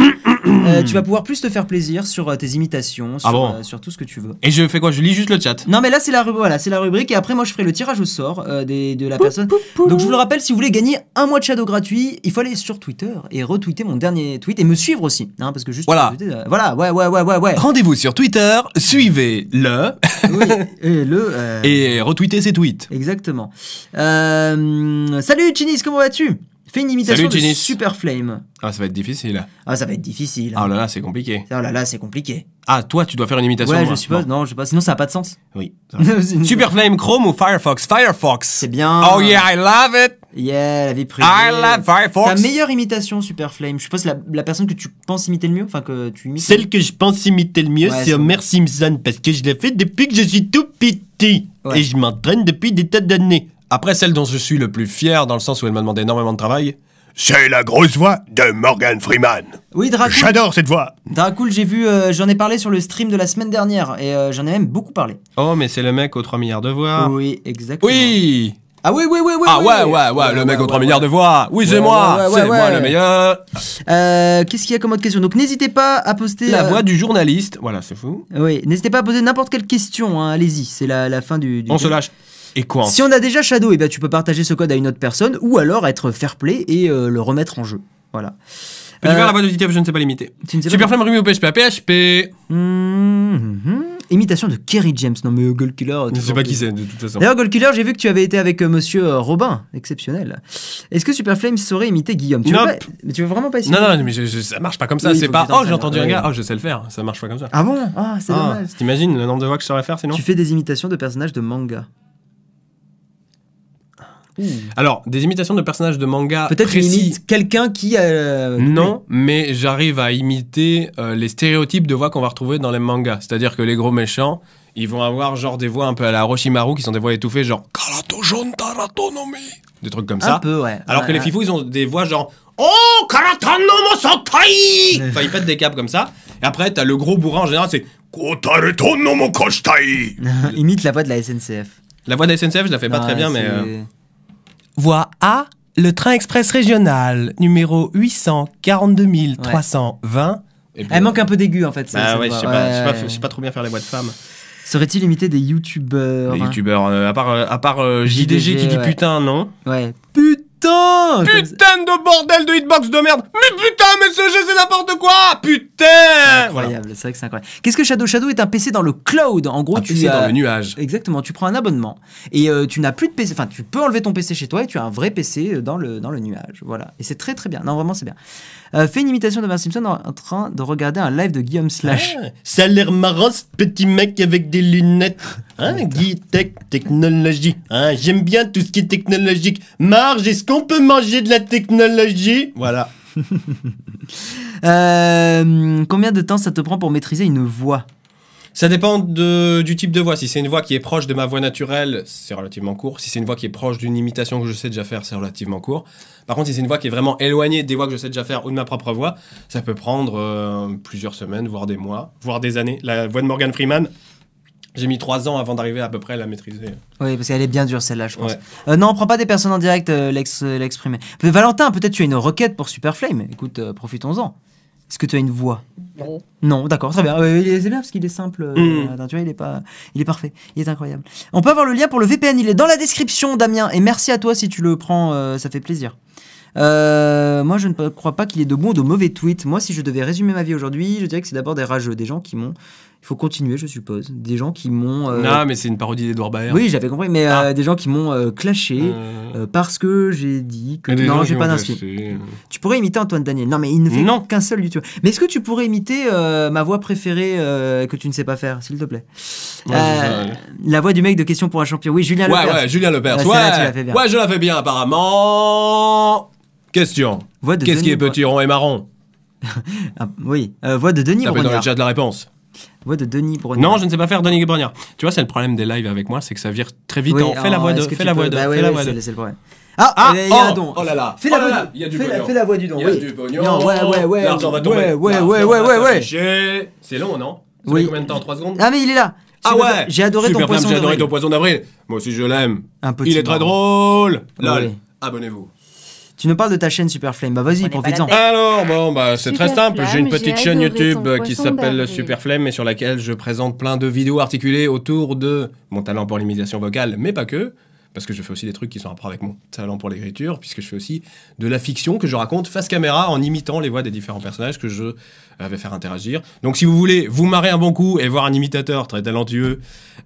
Euh, tu vas pouvoir plus te faire plaisir sur euh, tes imitations, sur,
Ah bon
euh, sur tout ce que tu veux.
Et je fais quoi Je lis juste le chat.
Non mais là c'est la, rub- voilà, c'est la rubrique et après moi je ferai le tirage au sort euh, des, de la personne. Donc je vous le rappelle, si vous voulez gagner un mois de Shadow gratuit, il faut aller sur Twitter et retweeter mon dernier tweet et me suivre aussi. hein, parce que juste
Voilà.
euh, voilà, ouais, ouais, ouais, ouais, ouais.
Rendez-vous sur Twitter, suivez-le
Oui, et le... euh,
et retweetez ses tweets.
Exactement. Euh, salut Chinis, comment vas-tu Fais une imitation
Salut,
de
Chinis.
Super Flame.
Ah, ça va être difficile.
Ah ça va être difficile.
Ah là là, c'est compliqué.
Oh là là, c'est compliqué.
Ah, toi, tu dois faire une imitation.
Ouais,
moi.
je suppose.
Bon.
Non, je sais pas. Sinon, ça a pas de sens.
Oui. ça va.
Sinon-
Super Flame Chrome ou Firefox Firefox.
C'est bien.
Oh yeah, Ah, I love it.
Yeah, la vie privée.
I love
Ta
Firefox.
meilleure imitation, Super Flame. Je suppose la, la personne que tu penses imiter le mieux, enfin que tu imites.
Celle que je pense imiter le mieux,
Ouais, c'est
c'est Homer Simpson, parce que je l'ai fait depuis que je suis tout petit.
Ouais.
Et je m'entraîne depuis des tas d'années.
Après celle dont je suis le plus fier, dans le sens où elle m'a demandé énormément de travail.
C'est la grosse voix de Morgan Freeman.
Oui,
Ah,
Dracul.
J'adore cette voix.
Dracul, j'ai vu, euh, j'en ai parlé sur le stream de la semaine dernière et euh, j'en ai même beaucoup parlé.
Oh, mais c'est le mec aux 3 milliards de voix.
Oui, exactement.
Ah. Oui.
Ah oui, oui, oui, oui.
Ah
oui.
ouais, ouais, ouais, le mec aux 3 milliards de voix. Oui,
Ouais,
c'est moi.
ouais, ouais,
C'est
ouais,
moi
ouais.
le meilleur.
Euh, Qu'est-ce qu'il y a comme autre question Donc n'hésitez pas à poster.
La
euh,
voix du journaliste. Voilà, c'est fou.
Oui, n'hésitez pas à poser n'importe quelle question. hein, Allez-y, c'est la, la fin du. du-
On se lâche. Et quoi
Si on a déjà Shadow, eh ben, tu peux partager ce code à une autre personne ou alors être fair play et euh, le remettre en jeu. Voilà.
Peux-tu
Euh,
faire la voix de Titeuf Je ne sais pas l'imiter.
tu ne sais pas-
Super Flame Rumi au PHP à PHP.
Mhm, mhm. Imitation de Kerry James. Non mais euh, Gold Killer. euh,
Je
toujours
sais pas
plus.
qui c'est, de toute façon.
D'ailleurs, Gold Killer, j'ai vu que tu avais été avec euh, monsieur euh, Robin. Exceptionnel. Est-ce que Super Flame saurait imiter Guillaume tu veux,
Nope.
pas- mais tu veux vraiment pas essayer
Non, non, mais je- je- ça marche pas comme ça.
Oui,
c'est
faut
pas.
que
Oh,
tu t'entraînes.
j'ai entendu un
Ouais.
gars. Oh, je sais le faire. Ça marche pas comme ça.
Ah bon Ah, c'est
Ah,
dommage.
T'imagines le nombre de voix que je saurais faire sinon
Tu fais des imitations de personnages de manga.
Alors, des imitations de personnages de manga
Peut-être tu
Ah, précis.
imites quelqu'un qui. euh,
Non, mais j'arrive à imiter euh, les stéréotypes de voix qu'on va retrouver dans les mangas. C'est-à-dire que les gros méchants, ils vont avoir genre des voix un peu à la Roshimaru qui sont des voix étouffées, genre Karato Jon Tarato no Mi Des trucs comme
Un
ça.
peu, ouais.
Alors
Ouais,
que les
ouais.
fifous, ils ont des voix genre Oh Karata no mo Sotai Enfin, ils pètent des câbles comme ça. Et après, t'as le gros bourrin en général, c'est
Kotareto no mokoshitai.
Imite la voix de la SNCF.
la voix de la SNCF, je la fais pas
Non,
très bien, mais.
c'est-
euh, Voie A, le train express régional, numéro 842 320. Et puis,
Elle manque un peu d'aigu en fait.
Bah
cette
ouais, je
voix.
sais pas, je sais pas,
Ouais.
je sais pas trop bien faire les voix de femmes.
Saurait-il imiter des youtubeurs
Les youtubeurs, euh, à part, euh, à part euh, JDG,
JDG,
qui dit
ouais.
putain, non
Ouais. Putain comme ça.
Putain de bordel de hitbox de merde Mais putain, mais ce jeu c'est n'importe quoi Putain Voilà.
Incroyable, c'est vrai que c'est incroyable. Qu'est-ce que Shadow Shadow est un PC dans le cloud En gros,
Un
tu
PC
as-
Ah, dans le nuage.
Exactement, tu prends un abonnement et euh, tu n'as plus de PC. Enfin, tu peux enlever ton PC chez toi et tu as un vrai PC dans le, dans le nuage. Voilà. Et c'est très très bien. Non, vraiment, c'est bien. Euh, fais une imitation de Homer Simpson en, en train de regarder un live de Guillaume Slash.
Ça a l'air marrant, ce Ah, petit mec avec des lunettes. Hein, Guy Tech, technologie. Hein, j'aime bien tout ce qui est technologique. Marge, est-ce qu'on peut manger de la technologie Voilà.
Euh, combien de temps ça te prend pour maîtriser une voix
Ça dépend de- du type de voix. Si c'est une voix qui est proche de ma voix naturelle, c'est relativement court. Si c'est une voix qui est proche d'une imitation que je sais déjà faire, c'est relativement court. Par contre, si c'est une voix qui est vraiment éloignée des voix que je sais déjà faire ou de ma propre voix, ça peut prendre euh, plusieurs semaines, voire des mois, voire des années. La voix de Morgan Freeman, j'ai mis trois ans avant d'arriver à peu près à la maîtriser.
Oui, parce qu'elle est bien dure celle-là, je pense.
Ouais.
Euh, non, on prend pas des personnes en direct, euh, l'ex- euh, l'exprimer. Peut- Valentin, peut-être tu as une requête pour Super Flame. Écoute, euh, profitons-en. Est-ce que tu as une voix
Non.
Non, d'accord, très bien. Euh, il est- c'est bien parce qu'il est simple. euh,
Mm.
Attends, tu vois, il est pas, il est parfait. Il est incroyable. On peut avoir le lien pour le VPN. Il est dans la description, Damien. Et merci à toi si tu le prends. euh, ça fait plaisir. Euh, moi, je ne crois pas qu'il y ait de bons ou de mauvais tweets. Moi, si je devais résumer ma vie aujourd'hui, je dirais que c'est d'abord des rageux, des gens qui m'ont. Il faut continuer, je suppose. Des gens qui m'ont. euh,
Non, mais c'est une parodie d'Edouard Baer.
oui, j'avais compris, mais euh,
Ah.
des gens qui m'ont euh, clashé
Euh,
euh, parce que j'ai dit que
Et les
non,
gens
j'ai
qui
pas
ont
d'inspi.
caché.
Tu pourrais imiter Antoine Daniel. Non, mais il ne fait
Non.
qu'un seul YouTube. Mais est-ce que tu pourrais imiter euh, ma voix préférée euh, que tu ne sais pas faire, s'il te plaît
Ouais,
Euh,
c'est ça,
La voix du mec de Question pour un champion. Oui, Julien
Ouais,
Lepers.
ouais, Julien Lepers.
Ouais,
Ouais,
celle-là, tu la fais bien.
ouais, je la fais bien apparemment. Question.
Voix de
Qu'est-ce qui
Denis
est
Bro-
petit, rond et marron
Ah, Oui, Euh, voix de Denis
Tapez dans le
Brognard.
chat la réponse.
Voix de Denis Brognard.
Non, je ne sais pas faire Denis Brognard. Tu vois, c'est le problème des lives avec moi, c'est que ça vire très vite
Oui,
en fais la
alors,
voix de,
est-ce que
fais
tu
la
peux-
voix de,
bah ouais,
fais la
ouais,
voix
c'est
de.
c'est le problème. Ah,
Ah,
euh, il y a un
oh,
don.
oh là là,
Fais la,
oh là
voix
là,
du-
il y a du
fais la-
pognon.
fais la voix du don.
Il y a
oui.
du pognon.
Non, ouais, ouais, ouais.
L'argent va tomber.
Ouais, ouais,
L'argent
ouais,
va
ouais, ouais, ouais.
s'afficher. C'est long, non Ça
Oui.
fait combien de temps 3 secondes
Ah, mais il est là.
Ah
Super-
ouais
J'ai adoré
Super Flamme,
ton poisson
J'ai adoré
d'avril.
ton poisson d'avril. Moi aussi, je l'aime.
Un petit
Il est très
marron.
drôle.
Oui.
Lol. Abonnez-vous.
Tu nous parles de ta chaîne Super Flame. Bah vas-y,
Prenez pas la
profite-en.
tête.
Alors, bon, bah, c'est
Super
très simple. J'ai une
Flame,
petite
j'ai
chaîne
adoré
YouTube
ton
euh, qui
poisson
s'appelle
d'avril.
Superflame et sur laquelle je présente plein de vidéos articulées autour de mon talent pour l'imitation vocale, mais pas que. Parce que je fais aussi des trucs qui sont en rapport avec mon talent pour l'écriture, puisque je fais aussi de la fiction que je raconte face caméra en imitant les voix des différents personnages que je euh, vais faire interagir. Donc, si vous voulez vous marrer un bon coup et voir un imitateur très talentueux,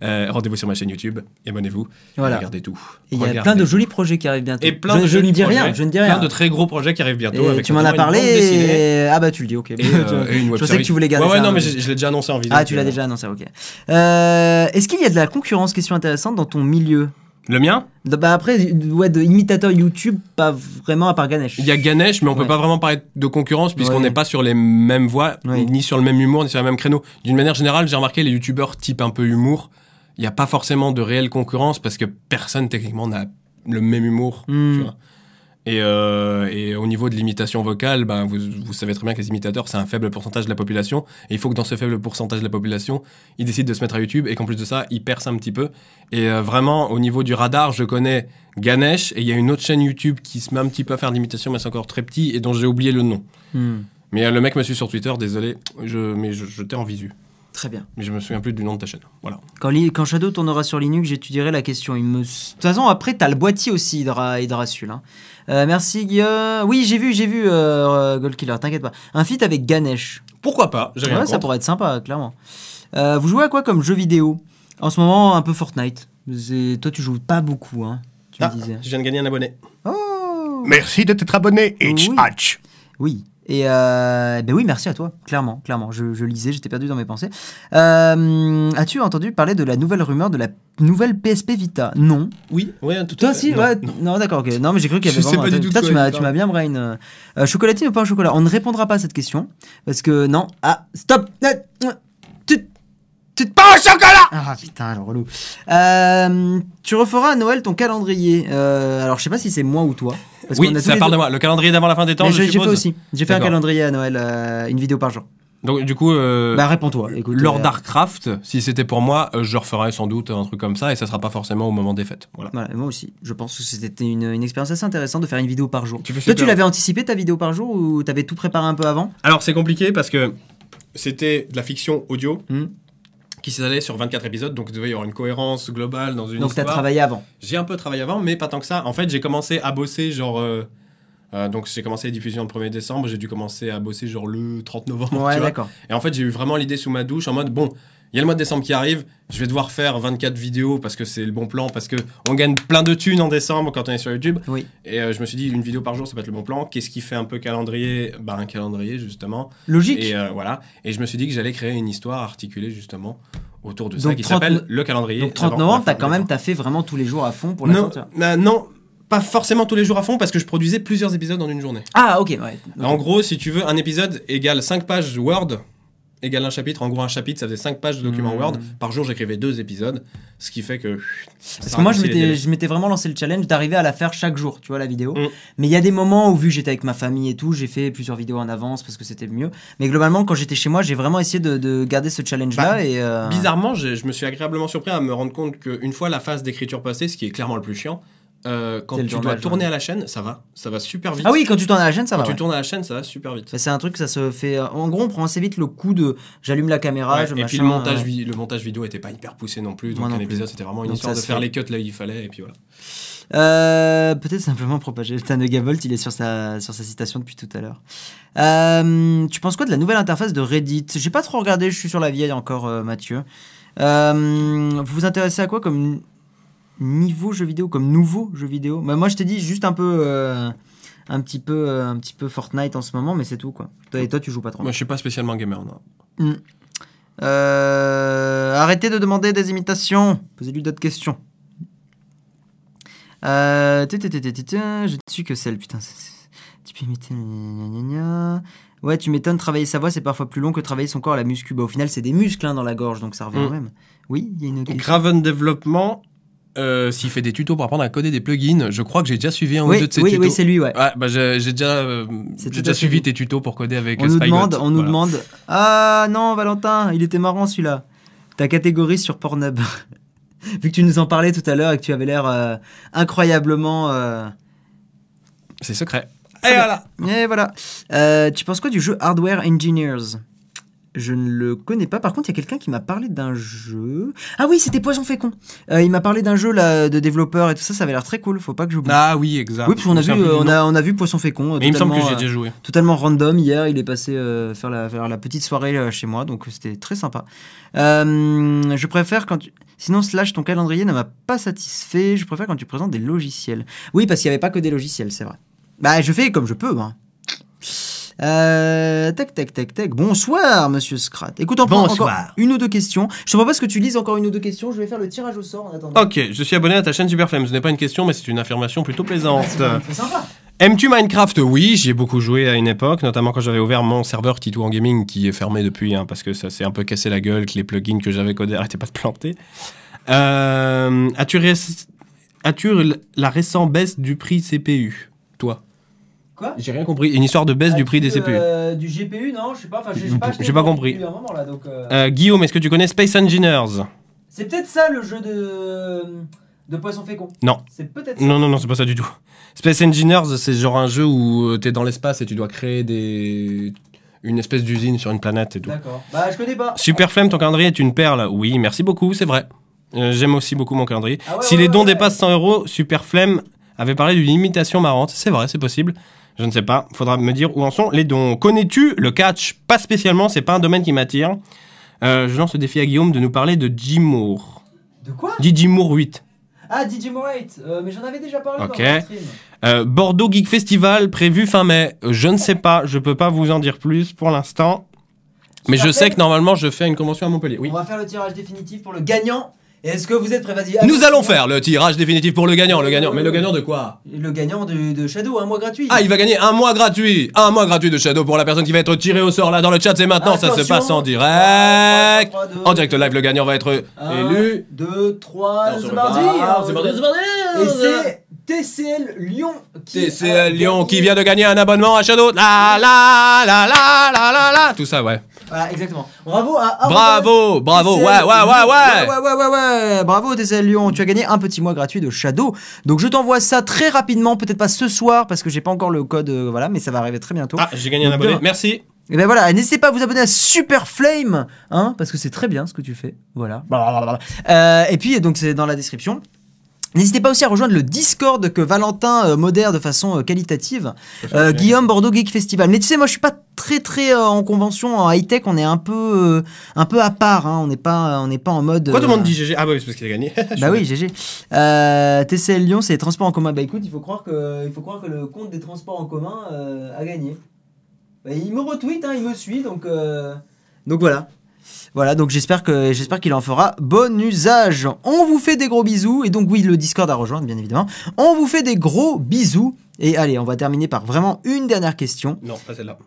euh, rendez-vous sur ma chaîne YouTube, et abonnez-vous, et
Voilà.
regardez tout.
Et Il y a
Regardez
plein de
tout.
jolis projets qui arrivent bientôt.
Et plein de
je, je
jolis
ne dis rien,
projets,
je ne dis
Plein
rien.
de très gros projets qui arrivent bientôt.
Et
avec
tu m'en as
notamment une
parlé.
bande dessinée.
et- Ah bah tu le dis, ok.
Et, euh, et une web
je sais
série.
que tu voulais garder
Ouais, ouais,
ça,
non, mais
hein.
je, je l'ai déjà annoncé en vidéo.
Ah, tu l'as déjà annoncé, ok. Euh, Est-ce qu'il y a de la concurrence, question intéressante, dans ton milieu
Le mien
Bah après, ouais, de imitateur YouTube, pas vraiment à part Ganesh.
Il y a Ganesh, mais on
Ouais.
peut pas vraiment parler de concurrence puisqu'on
Ouais.
n'est pas sur les mêmes voies,
Ouais.
ni sur le même humour, ni sur le même créneau. D'une manière générale, j'ai remarqué les youtubeurs type un peu humour, il n'y a pas forcément de réelle concurrence parce que personne techniquement n'a le même humour.
Hmm.
tu vois. Et, euh, et au niveau de l'imitation vocale, ben vous, vous savez très bien que les imitateurs, c'est un faible pourcentage de la population. Et il faut que dans ce faible pourcentage de la population, ils décident de se mettre à YouTube et qu'en plus de ça, ils percent un petit peu. Et euh, vraiment, au niveau du radar, je connais Ganesh et il y a une autre chaîne YouTube qui se met un petit peu à faire de l'imitation, mais c'est encore très petit et dont j'ai oublié le nom.
Hmm.
Mais euh, le mec me suit sur Twitter, désolé, je, mais je, je t'ai en visu.
Très bien.
Mais je me souviens plus du nom de ta chaîne. Voilà.
Quand, Li- quand Shadow tournera sur Linux, j'étudierai la question. Il me... De toute façon, après, t'as le boîtier aussi, Hydra, Hydrasul, hein. Euh, merci, Guillaume. Oui, j'ai vu, j'ai vu, euh, Gold Killer, t'inquiète pas. Un feat avec Ganesh.
Pourquoi pas J'ai rien
Ouais, ça
contre.
pourrait être sympa, clairement. Euh, vous jouez à quoi comme jeu vidéo En ce moment, un peu Fortnite. C'est- Toi, tu joues pas beaucoup, hein, tu
Ah,
me disais.
je viens de gagner un abonné.
Oh
Merci de t'être abonné, Hitch
Oui.
Hatch.
Oui. Et euh, ben oui, merci à toi, clairement, clairement. Je, je lisais, j'étais perdu dans mes pensées. Euh, As-tu entendu parler de la nouvelle rumeur de la nouvelle PSP Vita Non.
Oui, ouais, tout à
Toi
fait.
aussi
Euh, Non,
ouais.
non.
Non, d'accord, ok. Non, mais j'ai cru qu'il y avait
Je sais
vraiment
pas
un
du
truc.
tout
Putain,
de quoi
tu m'as,
il
tu m'as bien brain. euh. Euh, chocolatine ou pas au chocolat On ne répondra pas à cette question parce que non. Ah, stop. euh, Tu tu pas au chocolat Ah putain, le relou. Euh, tu referas à Noël ton calendrier. Euh, alors, je sais pas si c'est moi ou toi. Parce
oui,
qu'on a tous
ça
les
part
deux-
de moi. Le calendrier d'avant la fin des temps,
Mais
je
j'ai j'ai fait
suppose.
aussi. J'ai fait un
D'accord.
calendrier à Noël, euh, une vidéo par jour.
Donc du coup, euh,
bah réponds-toi. Écoute,
lors
euh,
d'Arcraft, si c'était pour moi, euh, je referais sans doute un truc comme ça et ça sera pas forcément au moment des fêtes. Voilà.
Voilà, moi aussi. Je pense que c'était une, une expérience assez intéressante de faire une vidéo par jour.
Tu fais
Toi, tu
super.
l'avais anticipé ta vidéo par jour ou t'avais tout préparé un peu avant
Alors c'est compliqué parce que c'était de la fiction audio
Hmm.
qui s'allait sur 24 épisodes, donc il devait y avoir une cohérence globale dans une
Donc, t'as
histoire.
travaillé avant.
J'ai un peu travaillé avant, mais pas tant que ça. En fait, j'ai commencé à bosser genre. euh, euh, donc j'ai commencé les diffusions le 1er décembre, j'ai dû commencer à bosser genre le 30 novembre. tu
Ouais,
vois.
d'accord.
Et en fait, j'ai eu vraiment l'idée sous ma douche en mode bon, il y a le mois de décembre qui arrive, je vais devoir faire 24 vidéos parce que c'est le bon plan, parce que on gagne plein de thunes en décembre quand on est sur YouTube.
Oui.
Et euh, je me suis dit, une vidéo par jour, ça peut être le bon plan. Qu'est-ce qui fait un peu calendrier Bah, un calendrier, justement.
Logique.
Et euh, voilà. Et je me suis dit que j'allais créer une histoire articulée, justement, autour de ça,
Donc,
qui
30
s'appelle Le calendrier.
Donc 30
d'avant la
novembre,
fin
t'as
du
quand
mois.
même, t'as fait vraiment tous les jours à fond pour la
Non,
sortir.
euh, non, pas forcément tous les jours à fond parce que je produisais plusieurs épisodes en une journée.
Ah ok, ouais.
En gros, si tu veux, un épisode égale 5 pages Word, égale un chapitre. En gros, un chapitre, ça faisait 5 pages de document
Hmm.
Mmh.
Word. Par jour, j'écrivais deux épisodes, ce qui fait que...
Parce que moi, je m'étais, je m'étais vraiment lancé le challenge d'arriver à la faire chaque jour, tu vois, la vidéo.
Mm.
Mais il y a des moments où, vu que j'étais avec ma famille et tout, j'ai fait plusieurs vidéos en avance parce que c'était le mieux. Mais globalement, quand j'étais chez moi, j'ai vraiment essayé de, de garder ce challenge-là.
Bah,
et, euh,
Bizarrement, je, je me suis agréablement surpris à me rendre compte qu'une fois la phase d'écriture passée, ce qui est clairement le plus chiant, euh, quand
C'est
tu
le
dois
tournage,
tourner
ouais.
à la chaîne, ça va. Ça va super vite.
Ah oui, quand tu tournes à la chaîne, ça
quand
va.
tu
ouais.
tournes à la chaîne, ça va super vite.
Bah, c'est un truc, ça se fait. En gros, on prend assez vite le coup de j'allume la caméra,
Ouais,
je
et puis
machin,
le montage,
ouais.
vi- le montage vidéo était pas hyper poussé non plus,
Moi
donc
non
un
plus.
épisode c'était vraiment une
Donc
histoire
ça
de
se
faire
fait.
les cuts là où il fallait et puis voilà.
Euh, Peut-être simplement propager. Putain, de Gabolt, il est sur sa, sur sa citation depuis tout à l'heure. Euh, tu penses quoi de la nouvelle interface de Reddit J'ai pas trop regardé, je suis sur la vieille encore, euh, Mathieu. Euh, vous vous intéressez à quoi comme niveau jeu vidéo, comme nouveau jeu vidéo Bah, Moi, je t'ai dit juste un peu. euh, un petit peu euh, un petit peu Fortnite en ce moment mais c'est tout quoi. Toi et toi tu joues pas trop.
Moi je suis pas spécialement gamer. Non.
Euh, arrêtez de demander des imitations. Posez-lui d'autres questions. Euh, tu- tu- tu- tu- tu- tu- je ne suis que celle, putain. c'est- c'est- Tu peux imiter. gna, gna, gna, gna, gna. Ouais, tu m'étonnes, travailler sa voix, c'est parfois plus long que travailler son corps à la muscu. Bah, au final, c'est des muscles hein, dans la gorge, donc ça revient
Mm.
au même. Oui, il y a une autre question.
Graven Développement, euh, s'il fait des tutos pour apprendre à coder des plugins, je crois que j'ai déjà suivi un ou
Oui,
deux de ses
oui,
tutos.
oui, c'est lui, ouais.
Ouais, bah, j'ai j'ai déjà, euh,
C'est
j'ai
tout à
déjà
fait
suivi
lui.
tes tutos pour coder avec
On nous
Spygot.
demande, on nous
Voilà.
demande. Ah non, Valentin, il était marrant celui-là. Ta catégorie sur Pornhub. Vu que tu nous en parlais tout à l'heure et que tu avais l'air euh, incroyablement. euh,
C'est secret.
Et voilà. Et voilà. Euh, tu penses quoi du jeu Hardware Engineers je ne le connais pas. Par contre, il y a quelqu'un qui m'a parlé d'un jeu. Ah oui, c'était Poisson Fécond. Euh, il m'a parlé d'un jeu là, de développeur et tout ça. Ça avait l'air très cool. Faut pas que j'oublie.
Ah oui, exact.
oui, parce qu'on a
C'est
vu,
un peu
euh,
du
on
nom.
a, on a vu Poisson Fécond. euh,
Mais il me semble que
totalement,
j'ai
euh,
déjà joué.
totalement random hier. Il est passé euh, faire, la, faire la petite soirée euh, chez moi, donc euh, c'était très sympa. Euh, je préfère quand tu... Sinon, slash, ton calendrier ne m'a pas satisfait. Je préfère quand tu présentes des logiciels. Oui, parce qu'il n'y avait pas que des logiciels, c'est vrai. Bah, je fais comme je peux, moi. Euh, tac, tac, tac, tac. Bonsoir, monsieur Scrat. Écoute, on prend encore
Bonsoir.
une ou deux questions. Je te propose que tu lises encore une ou deux questions. Je vais faire le tirage au sort en attendant.
Ok, je suis abonné à ta chaîne Superflame. Ce n'est pas une question, mais c'est une affirmation plutôt plaisante.
Ah, C'est sympa.
Aimes-tu Minecraft Oui, j'y ai beaucoup joué à une époque, notamment quand j'avais ouvert mon serveur Titouan Gaming qui est fermé depuis, hein, parce que ça s'est un peu cassé la gueule, que les plugins que j'avais codés arrêtaient pas de planter. Euh, As-tu réc- as-tu l- la récente baisse du prix CPU Toi
Quoi
J'ai rien compris. Une histoire de baisse du prix des CPU.
euh, Du GPU, non Je sais pas. Enfin, j'ai j'ai pas, acheté
J'ai pas
de
compris.
depuis un moment, là, donc, euh,
Euh, Guillaume, est-ce que tu connais Space Engineers
C'est peut-être ça le jeu de, de poisson fécond.
Non.
C'est peut-être ça.
Non, non, non, c'est pas ça du tout. Space Engineers, c'est genre un jeu où euh, t'es dans l'espace et tu dois créer des... une espèce d'usine sur une planète et tout.
D'accord. Bah, je connais pas.
Superflame, ton calendrier est une perle. Oui, merci beaucoup, c'est vrai. Euh, J'aime aussi beaucoup mon calendrier.
Ah ouais,
si
ouais,
les
ouais,
dons
ouais.
dépassent 100 euros, Superflame avait parlé d'une imitation marrante. C'est vrai, c'est possible. Je ne sais pas. Faudra me dire où en sont les dons. Connais-tu le catch Pas spécialement, c'est pas un domaine qui m'attire. Euh, je lance le défi à Guillaume de nous parler de Jim Moore.
De quoi
Didi Moore 8.
Ah, DJ Morate. Euh, mais j'en avais déjà parlé
Ok.
dans le stream.
Euh, Bordeaux Geek Festival prévu fin mai. Euh, Je ne sais pas, je peux pas vous en dire plus pour l'instant. Mais je sais que normalement je fais une convention à Montpellier. Oui.
On va faire le tirage définitif pour le gagnant. Et Est-ce que vous êtes prêts Vas-y.
Nous allons faire le tirage définitif pour le gagnant, le gagnant. Mais le gagnant de quoi
Le gagnant de, de Shadow, un mois gratuit.
Ah, il va gagner un mois gratuit Un mois gratuit de Shadow pour la personne qui va être tirée au sort là dans le chat, c'est maintenant, ça se
Attention.
passe en direct
Trois, trois, trois, deux.
En direct live, le gagnant va être
Un,
élu.
deux, trois,
Non, c'est
c'est
pas-
mardi.
Ah,
hein,
c'est mardi,
euh,
c'est mardi.
Et c'est TCL Lyon qui. a
TCL euh, Lyon qui
gagné.
vient de gagner un abonnement à Shadow. La la la la la la la Tout ça, ouais.
Voilà, exactement. Bravo
Ah,
à.
Bravo, bravo, ouais,
TCL.
ouais, ouais, ouais
ouais, ouais, ouais, ouais. Bravo TCL Lyon, tu as gagné un petit mois gratuit de Shadow. Donc je t'envoie ça très rapidement, peut-être pas ce soir parce que j'ai pas encore le code, euh, voilà, mais ça va arriver très bientôt.
Ah, j'ai gagné un
Donc,
abonné,
demain.
merci
Et ben voilà, n'hésitez pas à vous abonner à Super Flame, hein, parce que c'est très bien ce que tu fais, voilà. Blablabla. Euh, et puis donc c'est dans la description. N'hésitez pas aussi à rejoindre le Discord que Valentin euh, modère de façon euh, qualitative. Euh, Guillaume Bordeaux Geek Festival. Mais tu sais, moi je suis pas très très euh, en convention en high tech. On est un peu euh, un peu à part. hein. On n'est pas on n'est pas en mode.
Pourquoi tout le
euh,
monde dit GG Ah, bah oui, c'est parce qu'il a gagné. Je suis
bah oui, GG. Euh, TCL Lyon, c'est les transports en commun. Bah écoute, il faut croire que, il faut croire que le compte des transports en commun euh, a gagné. Bah, il me retweet, hein, il me suit, donc, euh, donc voilà. Voilà, donc j'espère que j'espère qu'il en fera bon usage. On vous fait des gros bisous et donc oui, le Discord à rejoindre bien évidemment. On vous fait des gros bisous et allez, on va terminer par vraiment une dernière question.
Non, pas celle-là.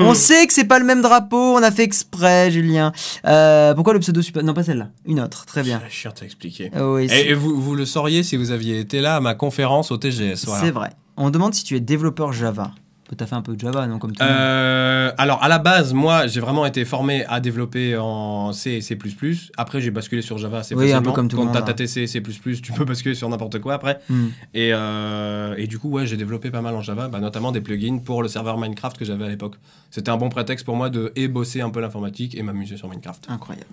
on sait que c'est pas le même drapeau, on a fait exprès, Julien. Euh, pourquoi le pseudo super Non, pas celle-là, une autre. Très bien.
Ah, Je suis à expliquer.
Euh, oui, c'est-
Et, et vous, vous le sauriez si vous aviez été là à ma conférence au TGS. Voilà.
C'est vrai. On demande si tu es développeur Java. T'as fait un peu de Java, non Comme tout le monde.
Euh, alors à la base, moi, j'ai vraiment été formé à développer en C et C++. Après, j'ai basculé sur Java assez
Oui, un
facilement.
peu comme tout le
Quand
monde,
t'as ta
hein.
TC et C++, tu peux basculer sur n'importe quoi après.
Hmm.
Et, euh, et du coup, ouais, j'ai développé pas mal en Java, bah, notamment des plugins pour le serveur Minecraft que j'avais à l'époque. C'était un bon prétexte pour moi de et bosser un peu l'informatique et m'amuser sur Minecraft.
Incroyable.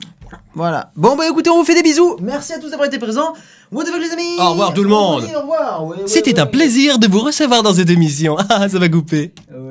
Voilà. Bon, bah écoutez, on vous fait des bisous. Merci à tous d'avoir été présents. What the fuck, les amis
Au revoir, tout le monde.
Oui, au revoir. Ouais, ouais,
C'était un
ouais.
plaisir de vous recevoir dans cette émission. Ah, ça va couper.
Ouais,